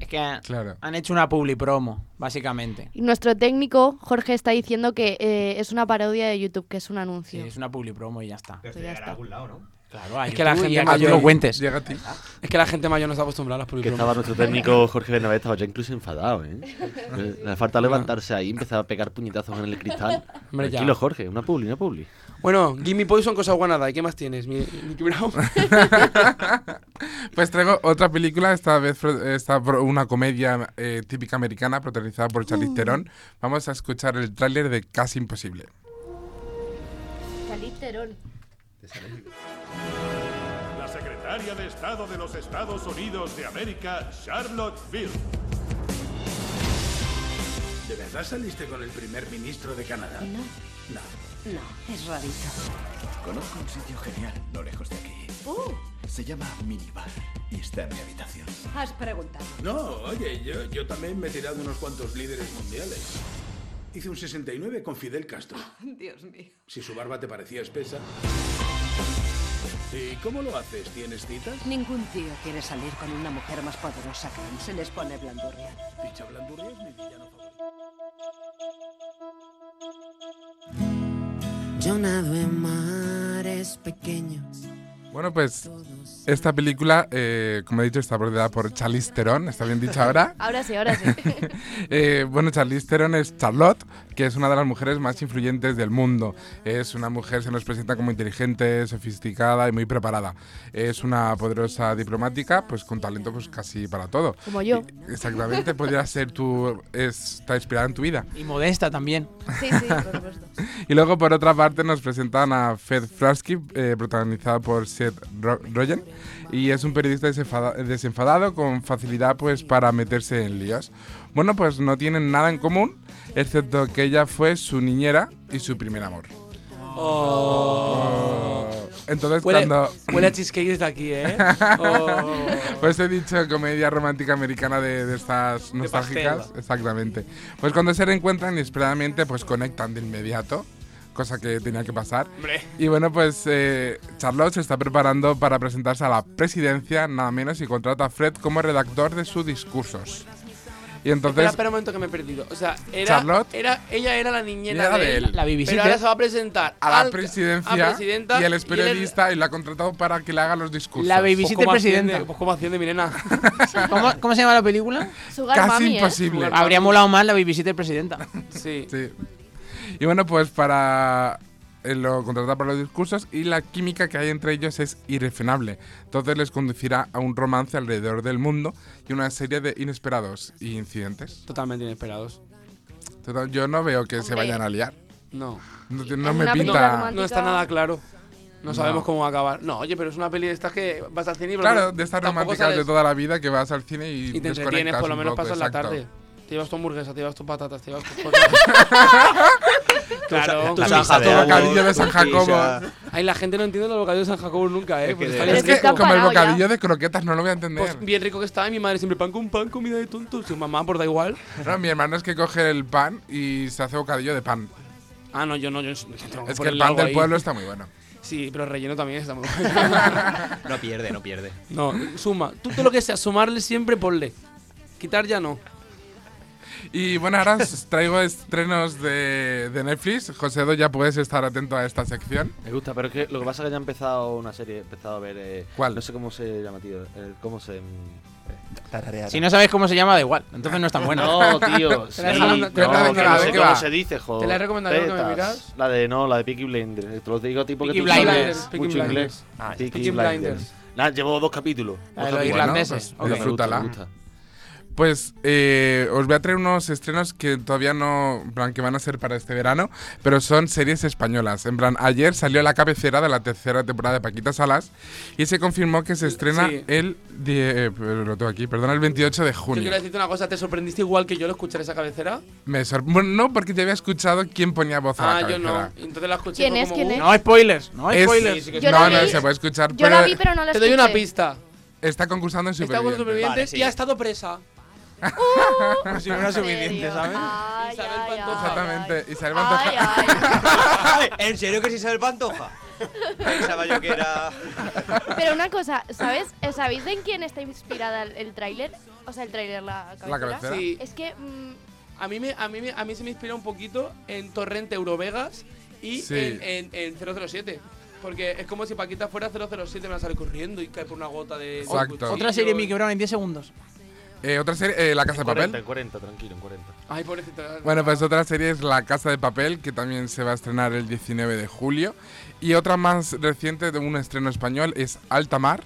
Es que han,
Claro.
han hecho una publi promo, básicamente.
Y Nuestro técnico, Jorge, está diciendo que eh, es una parodia de YouTube, que es un
Sí,
anuncio.
es una publi promo y ya está.
Pero ya está.
Claro, a
es que la
YouTube y
gente
a que tú
mayor
lo cuentes.
Ah, Llega a ti.
Es que la gente mayor no está acostumbrada a las
Que
publicidades.
estaba nuestro técnico Jorge Bernabé, estaba ya incluso enfadado, ¿eh? Le falta levantarse ahí y empezar a pegar puñetazos en el cristal.
Ah. Hombre, ya.
Tranquilo, Jorge, una publi, una publi.
Bueno, Gimme Poison, cosa guanada. ¿Y qué más tienes, mi, Mickey Brown?
Pues traigo otra película, esta vez pro- esta pro- una comedia eh, típica americana protagonizada por Charlize
Mm.
Theron. Vamos a escuchar el tráiler de Casi Imposible.
La secretaria de Estado de los Estados Unidos de América, Charlotte Bill.
¿De verdad saliste con el primer ministro de Canadá? No. No.
No, es rarito.
Conozco un sitio genial, no lejos de aquí. Se llama Minibar y está en mi habitación.
has preguntado.
No, oye, yo, yo también me he tirado unos cuantos líderes mundiales. Hice un 69 con Fidel Castro.
Dios mío.
Si su barba te parecía espesa. ¿Y cómo lo haces? ¿Tienes citas?
Ningún tío quiere salir con una mujer más poderosa que él. Se les pone blandurria.
Dicha blandurria es mi villano favorito.
Yo nado en mares pequeños.
Bueno, pues esta película, eh, como he dicho, está protagonizada por Charlize Theron, está bien dicho ahora.
Ahora sí, ahora sí.
Eh, bueno, Charlize Theron es Charlotte, que es una de las mujeres más influyentes del mundo. Es una mujer, se nos presenta como inteligente, sofisticada y muy preparada. Es una poderosa diplomática, pues con talento pues casi para todo.
Como yo.
Exactamente, podría ser tu... está inspirada en tu vida.
Y modesta también.
Sí, sí, por supuesto.
Y luego, por otra parte, nos presentan a Fed Frasky, eh, protagonizada por Seth Ro- Rogen, y es un periodista desenfada- desenfadado con facilidad pues, para meterse en líos. Bueno, pues no tienen nada en común, excepto que ella fue su niñera y su primer amor. Entonces
Oh. Huele-
Oh. cuando...
huele a cheesecake desde aquí, ¿eh? Oh.
Pues he dicho comedia romántica americana de, de estas nostálgicas.
pastel.
Exactamente. Pues cuando se reencuentran inesperadamente, pues conectan de inmediato. Cosa que tenía que pasar.
Hombre.
Y bueno, pues eh, Charlotte se está preparando para presentarse a la presidencia, nada menos, y contrata a Fred como redactor de sus discursos. Y entonces...
espera, espera un momento que me he perdido. O sea, era,
Charlotte.
era, ella era la niñera
Era
de él.
La babysitter.
Pero ahora se va a presentar
a la
al-
presidencia
a presidenta
y él
y
es
él es-
periodista y, la ha contratado para que le haga los discursos.
La babysitter
Pues, ¿cómo
presidenta.
asciende?
Pues como haciendo mi nena.
¿Cómo, cómo se llama la película? Sugar Casi Mami, ¿eh? imposible.
Sugar
Habría
Mami.
molado más la babysitter presidenta.
Sí.
Y bueno, pues para eh, lo contratar para los discursos y la química que hay entre ellos es irrefrenable. Entonces les conducirá a un romance alrededor del mundo y una serie de inesperados y incidentes.
Totalmente inesperados.
yo no veo que se
Hombre.
vayan a liar.
No.
No, te- no
Es
me
una película
pinta.
romántica. No está nada claro. No
No.
sabemos cómo va a acabar. No, oye, pero es una peli de estas que vas al cine y
Claro, de estas
tampoco
románticas de
sales-
toda la vida que vas al cine y,
Y te entretienes,
desconectas
por lo
un
menos
poco,
pasas la
exacto.
tarde. Te llevas tu hamburguesa, te llevas tus patatas, te llevas tus cosas. claro,
Tu San misa de Jacobo, agua, bocadillo de San tu Jacobo. pizza.
Ay, la gente no entiende los bocadillos de San Jacobo nunca, ¿eh?
Es
Pues
que,
está
es
bien
que
rico.
como el bocadillo de croquetas no lo voy a entender.
Pues bien rico que está, y mi madre siempre pan con pan, comida de tonto. Su mamá, por da igual.
No, mi hermano es que coge el pan y se hace bocadillo de pan.
Ah, no, yo no, yo tengo
Es que el
ponerle
pan
algo
del
ahí.
pueblo está muy bueno.
Sí, pero el relleno también está muy bueno.
No pierde, no pierde.
No, suma. Tú todo lo que sea, sumarle siempre ponle. Quitar ya no.
Y bueno, ahora os traigo estrenos de, de Netflix. Josedo, ya puedes estar atento a esta sección.
Me gusta, pero es que lo que pasa es que ya he empezado una serie, he empezado a ver. eh,
¿Cuál?
No sé cómo se llama, tío. eh, ¿Cómo se.? mm,
Si no sabes cómo se llama, da igual. Entonces no es tan buena.
No, tío. sí,
Te la recomiendo-
no,
te la
que
recomiendo-
no
¿de
sé
qué
cómo
va?
se dice, joder.
Te la he recomendado,
¿no me
Tetas.
miras?
La de, no, la de Peaky Blinders. Te lo digo a ti porque
Peaky
tú sabes
Blinders,
Peaky
mucho
Blinders.
inglés.
Ah,
Peaky
Peaky
Blinders.
Blinders.
Nada, llevo dos capítulos. Dos
Ah, La de los
capítulos.
irlandeses,
Bueno, pues,
ok.
me gusta, me
Disfrútala.
gusta.
Pues eh, os voy a traer unos estrenos que todavía no, en plan, que van a ser para este verano, pero son series españolas. En plan, ayer salió la cabecera de la tercera temporada de Paquita Salas y se confirmó que se estrena
Sí.
el, die- eh, lo tengo aquí, perdón, el 28 de
Yo
junio.
quiero decirte una cosa, ¿te sorprendiste igual que yo al escuchar esa cabecera?
Me sor- bueno, no, porque ya había escuchado quién ponía voz a la
Ah, yo no.
cabecera.
Entonces la escuché. y
¿Quién
fue
es?
como,
¿Quién
uh,
es?
spoilers,
no
es,
spoilers. Yo
No,
la
no,
vi-
se puede escuchar.
yo la vi, pero no la
Te doy una
escuché.
pista.
Está concursando en
Está con
Supervivientes.
supervivientes y ha estado presa.
Pues si no era suficiente, ¿sabes?
Isabel Pantoja.
Exactamente. Isabel Pantoja.
¿En serio que es Isabel Pantoja? Pensaba yo que era.
Pero una cosa, ¿sabes? ¿Sabéis de en quién está inspirada el, el tráiler? O sea, el tráiler, la cabecera.
cabecera. Sí.
Es que mm,
A mí, me, a, mí me- a mí se me inspira un poquito en Torrente Eurovegas y
Sí.
en, en- en 007. Porque es como si Paquita fuera 007, me la sale corriendo y cae por una gota de. de
Exacto.
cuchillo.
Otra serie Mickey Brown en 10 segundos.
Eh, otra serie, eh, La Casa de Papel.
40, en 40, tranquilo, en 40.
Ay, pobrecita.
Bueno, pues otra serie es La Casa de Papel, que también se va a estrenar el 19 de julio. Y otra más reciente de un estreno español es Alta Mar,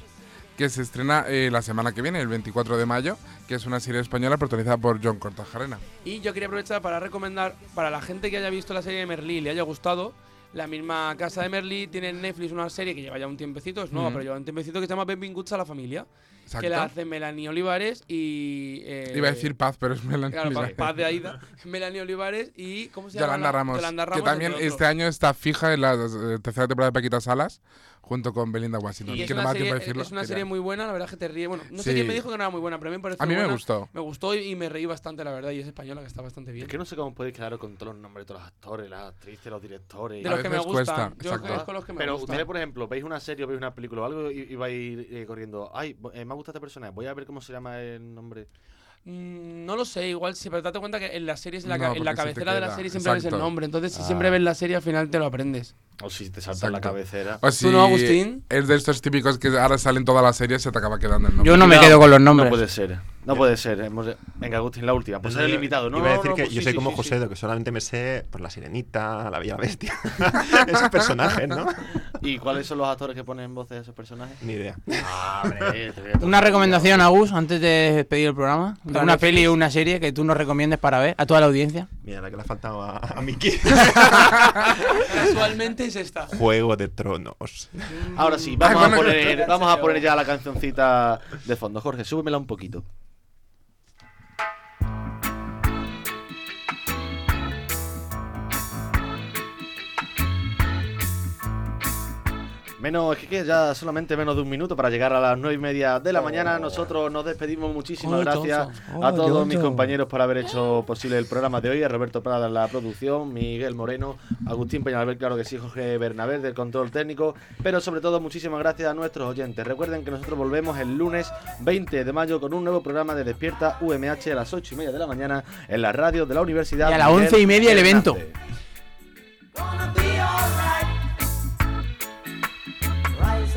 que se estrena eh, la semana que viene, el 24 de mayo, que es una serie española protagonizada por John Cortajarena.
Y yo quería aprovechar para recomendar para la gente que haya visto la serie de Merlí y le haya gustado. La misma casa de Merlí tiene en Netflix una serie que lleva ya un tiempecito, es nueva,
Ujú.
pero lleva un tiempecito que se llama Benvinguts a la familia. Que
Exacto.
la hace Melanie Olivares y. eh,
Iba a decir Paz, pero es Melanie
Claro, Paz,
Olivares.
Paz de Aida. Melanie Olivares y. ¿Cómo se llama?
Yolanda
la-
Ramos,
Yolanda Ramos.
que también
entre otros.
este año está fija en la eh, tercera temporada de Paquita Salas, junto con Belinda Washington.
Y es
que no me
una,
da tiempo
serie,
de decirlo,
es una
quería.
serie muy buena, la verdad que te ríe. Bueno, no sé
Sí.
quién me dijo que no era muy buena, pero a mí me pareció
A mí me
buena.
gustó.
Me gustó y, y me reí bastante, la verdad, y es española que está bastante bien.
Es que no sé cómo podéis quedaros con todos los nombres de todos los actores, las actrices, los directores.
De los A que me veces gustan. cuesta, Yo exacto.
Pero
conozco los que me gustan.
ustedes, por ejemplo, veis una serie o veis una película o algo y, y vais eh, corriendo. Ay, bo- eh, me ha gustado esta persona, voy a ver cómo se llama el nombre.
Mm, No lo sé, igual sí, pero date cuenta que en las series, en la,
No,
ca- en
porque
la
se te
cabecera de la
queda.
serie siempre ves el
Exacto.
nombre. Entonces, si
Ah.
siempre ves la serie, al final te lo aprendes.
O si te salta la cabecera.
O si
¿Tú no, Agustín?
Es de estos típicos que ahora salen todas las series se te acaba quedando el nombre.
Yo no me quedo con los
No
nombres.
puede ser. No puede ser. Hemos- Venga, Agustín, la última. Pues es limitado, ¿no?
Iba a
no,
decir
no,
que
pues
yo
sí,
soy
sí,
como
sí,
José,
sí.
de que solamente me sé por la sirenita, la bella bestia. Esos personajes, ¿no?
¿Y cuáles son los actores que ponen voces a esos personajes?
Ni idea.
Ah, hombre, te voy a tocar
Una
ya.
recomendación, Agus, antes de despedir el programa.
Para
una
Netflix.
peli o una serie que tú nos recomiendes para ver a toda la audiencia.
Mira, la que le ha faltado a, a Mickey.
Casualmente es esta.
Juego de Tronos.
Ahora sí,
Ay,
vamos,
bueno,
a,
que-
poner, vamos a poner ya la cancioncita de fondo. Jorge, súbemela un poquito. Menos, es que ya solamente menos de un minuto para llegar a las nueve y media de la mañana. Nosotros nos despedimos. Muchísimas
Oh,
gracias
Johnson.
a
Oh,
todos mis
Johnson.
compañeros por haber hecho posible el programa de hoy. A Roberto Prada en la producción, Miguel Moreno, Agustín Peñalver, claro que sí, Jorge Bernabé del control técnico. Pero sobre todo, muchísimas gracias a nuestros oyentes. Recuerden que nosotros volvemos el lunes 20 de mayo con un nuevo programa de Despierta UMH a las ocho y media de la mañana en la radio de la Universidad.
Y a las
Miguel
once y media el evento.
Hernández.
Rise